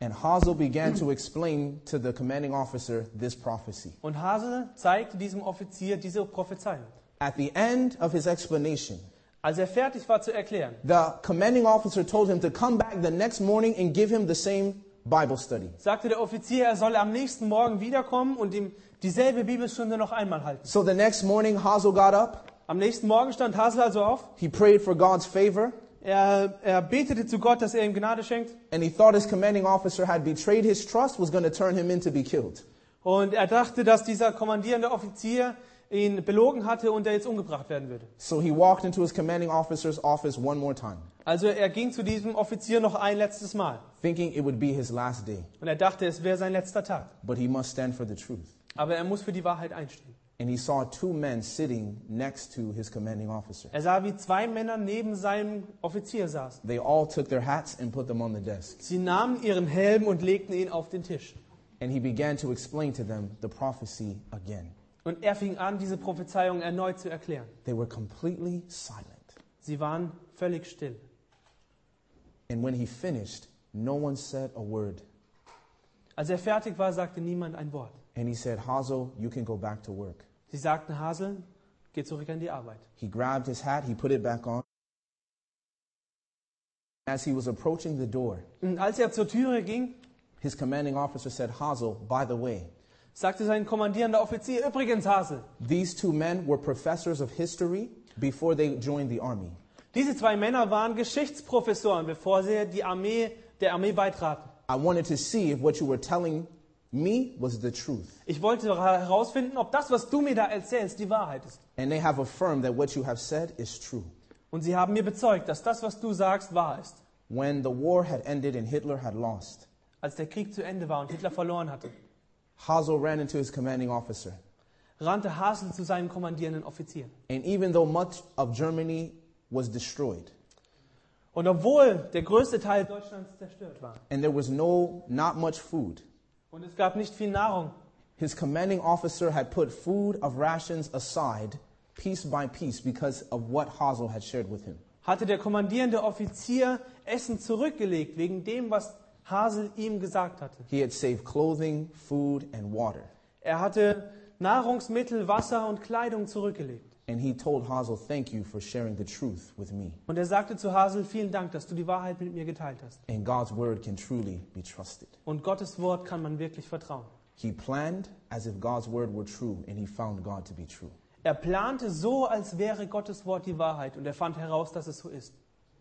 And Hazel began to explain to the commanding officer this prophecy.
Und Hasel zeigte diesem Offizier diese Prophezeiung.
At the end of his explanation,
Als er fertig war zu erklären,
the commanding officer told him to come back the next morning and give him the same Bible study.
sagte der Offizier, er solle am nächsten Morgen wiederkommen und ihm dieselbe Bibelstunde noch einmal halten.
So the next morning, Hazel got up.
Am nächsten Morgen stand Hasel also auf.
He prayed for God's favor,
Er, er betete zu Gott, dass er ihm Gnade schenkt.
and he thought his commanding officer had betrayed his trust, was going to turn him in to be killed.
Und er dachte, dass dieser kommandierende Offizier ihn belogen hatte und er jetzt umgebracht werden würde.
So he walked into his commanding officer's office one more time,
Also er ging zu diesem Offizier noch ein letztes Mal.
thinking it would be his last day,
Und er dachte, es wäre sein letzter Tag.
but he must stand for the truth.
Aber er muss für die Wahrheit einstehen.
And he saw two men sitting next to his commanding officer.
Er sah, wie zwei Männer neben seinem Offizier saßen.
They all took their hats and put them on the desk.
Sie nahmen ihren Helm und legten ihn auf den Tisch.
And he began to explain to them the prophecy again.
Und er fing an, diese Prophezeiung erneut zu erklären.
They were completely silent.
Sie waren völlig still.
And when he finished, no one said a word.
Als er fertig war, sagte niemand ein Wort.
And he said, Hazel, you can go back to work.
Sie sagten, Hasel, geh zurück an die Arbeit.
He grabbed his hat, he put it back on. As he was approaching the door,
Und als er zur Türe ging,
his commanding officer said, Hazel, by the way,
sagte sein kommandierender Offizier, übrigens Hasel,
these two men were professors of history before they joined the army.
diese zwei Männer waren Geschichtsprofessoren, bevor sie die Armee, der Armee beitraten.
I wanted to see if what you were telling me was the truth.
Ich wollte herausfinden, ob das, was du mir da erzählst, die Wahrheit ist.
And they have affirmed that what you have said is true.
Und sie haben mir bezeugt, dass das, was du sagst, wahr ist.
When the war had ended and Hitler had lost,
Als der Krieg zu Ende war und Hitler verloren hatte,
Hazel ran into his commanding officer.
rannte Hasel zu seinem kommandierenden Offizier.
And even though much of Germany was destroyed,
Und obwohl der größte Teil Deutschlands zerstört war
and there was no not much food.
und es gab nicht viel Nahrung,
His commanding officer had put food of rations aside piece by piece because of what Hazel had shared with him.
hatte der kommandierende Offizier Essen zurückgelegt wegen dem, was Hasel ihm gesagt hatte.
He had saved clothing, food, and water.
Er hatte Nahrungsmittel, Wasser und Kleidung zurückgelegt.
And he told Hazel, Thank you for sharing the truth with me.
Und er sagte zu Hasel, vielen Dank, dass du die Wahrheit mit mir geteilt hast.
And God's word can truly be trusted.
Und Gottes Wort kann man wirklich vertrauen.
He planned as if God's word were true, and he found God to be true.
Er plante so, als wäre Gottes Wort die Wahrheit und er fand heraus, dass es so ist.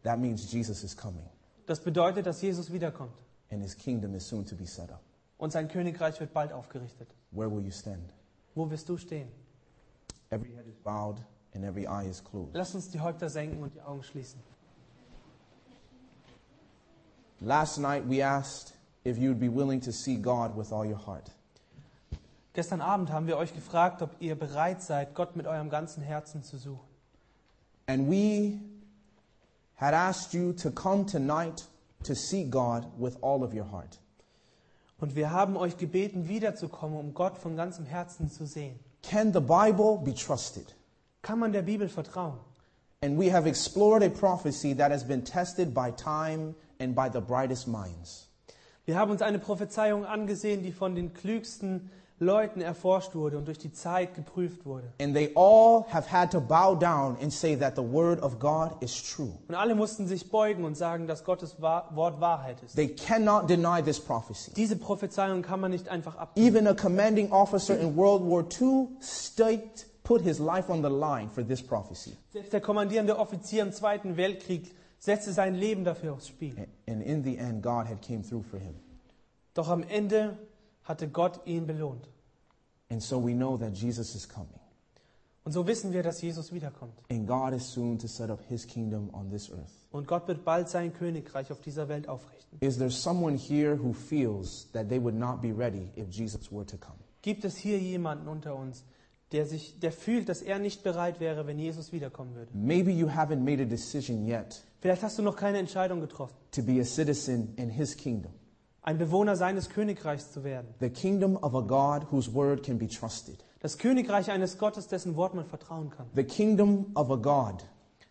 That means Jesus is coming,
Das bedeutet, dass Jesus wiederkommt
and his kingdom is soon to be set up.
und sein Königreich wird bald aufgerichtet.
Where will you stand?
Wo wirst du stehen?
Every head is bowed and every eye is closed.
Lass uns die Häupter senken und die Augen schließen.
Last night we asked if you'd be willing to see God with all your heart.
Gestern Abend haben wir euch gefragt, ob ihr bereit seid, Gott mit eurem ganzen Herzen zu suchen.
And we had asked you to come tonight to seek God with all of your heart.
Und wir haben euch gebeten, wiederzukommen, um Gott von ganzem Herzen zu sehen.
Can the Bible be trusted?
Kann man der Bibel vertrauen?
And we have explored a prophecy that has been tested by time and by the brightest minds.
Wir haben uns eine Prophezeiung angesehen, die von den klügsten Leuten erforscht wurde und durch die Zeit geprüft wurde.
And they all have had to bow down and say that the word of God is true.
Und alle mussten sich beugen und sagen, dass Gottes Wa- Wort Wahrheit ist.
They cannot deny this prophecy.
Diese Prophezeiung kann man nicht einfach ab.
Even a commanding officer in World War II state put his life on the line for this prophecy.
Selbst der kommandierende Offizier im Zweiten Weltkrieg setzte sein Leben dafür aufs Spiel.
A- And in the end, God had came through for him.
Doch am Ende hatte Gott ihn belohnt.
And so we know that Jesus is coming.
Und so wissen wir, dass Jesus wiederkommt.
And God is soon to set up his kingdom on this earth.
Und Gott wird bald sein Königreich auf dieser Welt aufrichten.
Is there someone here who feels that they would not be ready if Jesus were to come?
Gibt es hier jemanden unter uns, der sich, der fühlt, dass er nicht bereit wäre, wenn Jesus wiederkommen würde?
Maybe you haven't made a decision yet
Vielleicht hast du noch keine Entscheidung getroffen,
to be a citizen in his kingdom,
ein Bewohner seines Königreichs zu werden.
the kingdom of a God whose word can be trusted,
Das Königreich eines Gottes, dessen Wort man vertrauen kann.
the kingdom of a God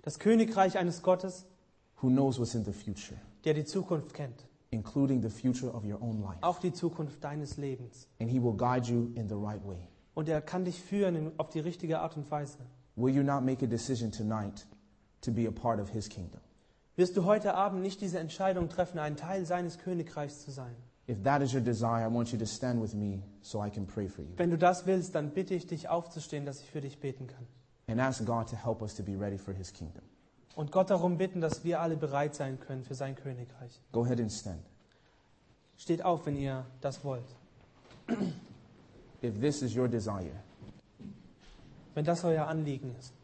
Das Königreich eines Gottes,
who knows what's in the future.
der die Zukunft kennt.
including the future of your own life.
Auch die Zukunft deines Lebens.
And He will guide you in the right way.
Und er kann dich führen in- auf die richtige Art und Weise.
Will you not make a decision tonight to be a part of His kingdom?
Wirst du heute Abend nicht diese Entscheidung treffen, ein Teil seines Königreichs zu sein?
If that is your desire, I want you to stand with me so I can pray for you
Wenn du das willst, dann bitte ich dich aufzustehen, dass ich für dich beten kann.
and ask God to help us to be ready for His kingdom.
Und Gott darum bitten, dass wir alle bereit sein können für sein Königreich.
Go ahead and stand.
Steht auf, wenn ihr das wollt.
if this is your desire.
wenn das euer Anliegen ist.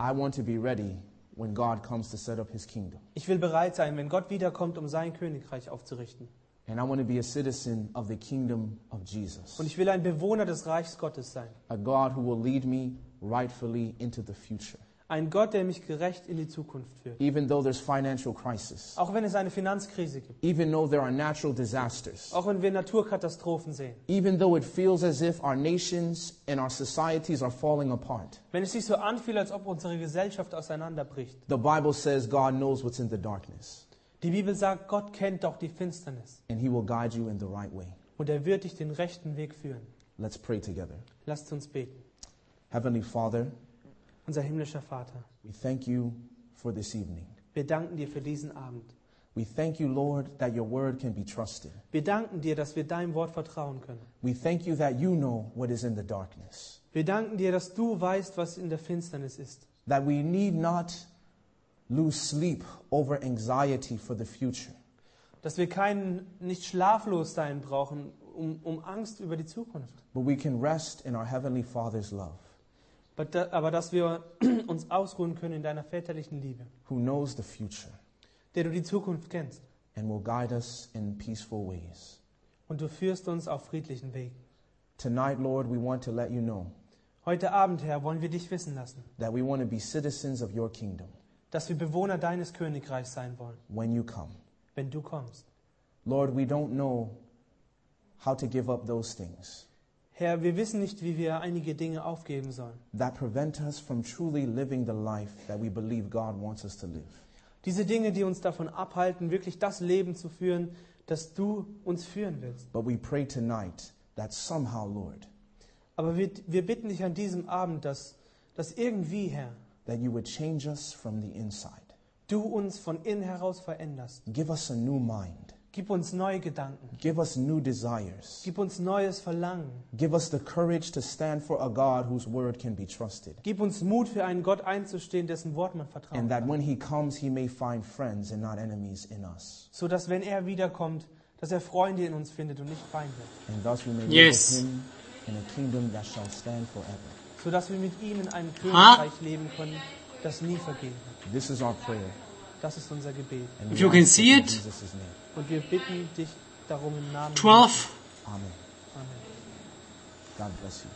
I want to be ready when God comes to set up his kingdom.
Ich will bereit sein, wenn Gott wiederkommt, um sein Königreich aufzurichten.
And I want to be a citizen of the kingdom of Jesus,
Und ich will ein Bewohner des Reichs Gottes sein.
a God who will lead me rightfully into the future,
Ein Gott, der mich gerecht in die Zukunft führt.
even though there's financial crisis,
Auch wenn es eine Finanzkrise gibt.
even though there are natural disasters,
Auch wenn wir Naturkatastrophen sehen.
even though it feels as if our nations and our societies are falling apart.
Wenn es sich so anfühlt, als ob unsere Gesellschaft auseinanderbricht.
The Bible says God knows what's in the darkness,
Die Bibel sagt, Gott kennt doch die Finsternis.
and he will guide you in the right way.
Und er wird dich den rechten Weg führen.
Let's pray together.
Lasst uns beten.
Heavenly Father,
Unser himmlischer Vater,
we thank you for this evening.
wir danken dir für diesen Abend.
We thank you, Lord, that your word can be trusted.
Wir danken dir, dass wir deinem Wort vertrauen können.
We thank you that you know what is in the darkness,
Wir danken dir, dass du weißt, was in der Finsternis ist.
that we need not lose sleep over anxiety for the future,
Dass wir keinen, nicht schlaflos sein brauchen, um, um Angst über die Zukunft.
but we can rest in our Heavenly Father's love,
Aber da- Aber dass wir uns ausruhen können in deiner väterlichen Liebe,
who knows the future
der du die Zukunft kennst.
and will guide us in peaceful ways.
Und du führst uns auf friedlichen Weg.
Tonight, Lord, we want to let you know
Heute Abend, Herr, wollen wir dich wissen lassen,
that we want to be citizens of your kingdom
dass wir Bewohner deines Königreichs sein wollen,
when you come.
wenn du kommst.
Lord, we don't know how to give up those things
Herr, wir wissen nicht, wie wir einige Dinge aufgeben sollen.
that prevent us from truly living the life that we believe God wants us to live.
Diese Dinge, die uns davon abhalten, wirklich das Leben zu führen, das du uns führen willst.
But we pray tonight that somehow, Lord,
Aber wir, wir bitten dich an diesem Abend, dass, dass irgendwie, Herr,
that you would change us from the inside.
du uns von innen heraus veränderst.
Give us a new mind.
Gib uns neue Gedanken.
Give us new desires.
Gib uns neues Verlangen.
Give us the courage to stand for a God whose word can be trusted.
Gib uns Mut, für einen Gott einzustehen, dessen Wort man
Oh.
vertraut.
And that when he comes, he may find friends and not enemies in us.
so dass wenn er wiederkommt, dass er Freunde in uns findet und nicht Feinde,
And thus we may live
Yes.
with him in a kingdom that shall stand forever.
so dass wir mit ihm in einem Königreich leben können, das nie vergehen wird.
This is our prayer.
Das ist unser Gebet
And
If
we
you
ask
can
this
see
in
it.
Jesus' name.
und wir bitten dich darum im Namen.
12.
Amen.
Amen.
God bless you.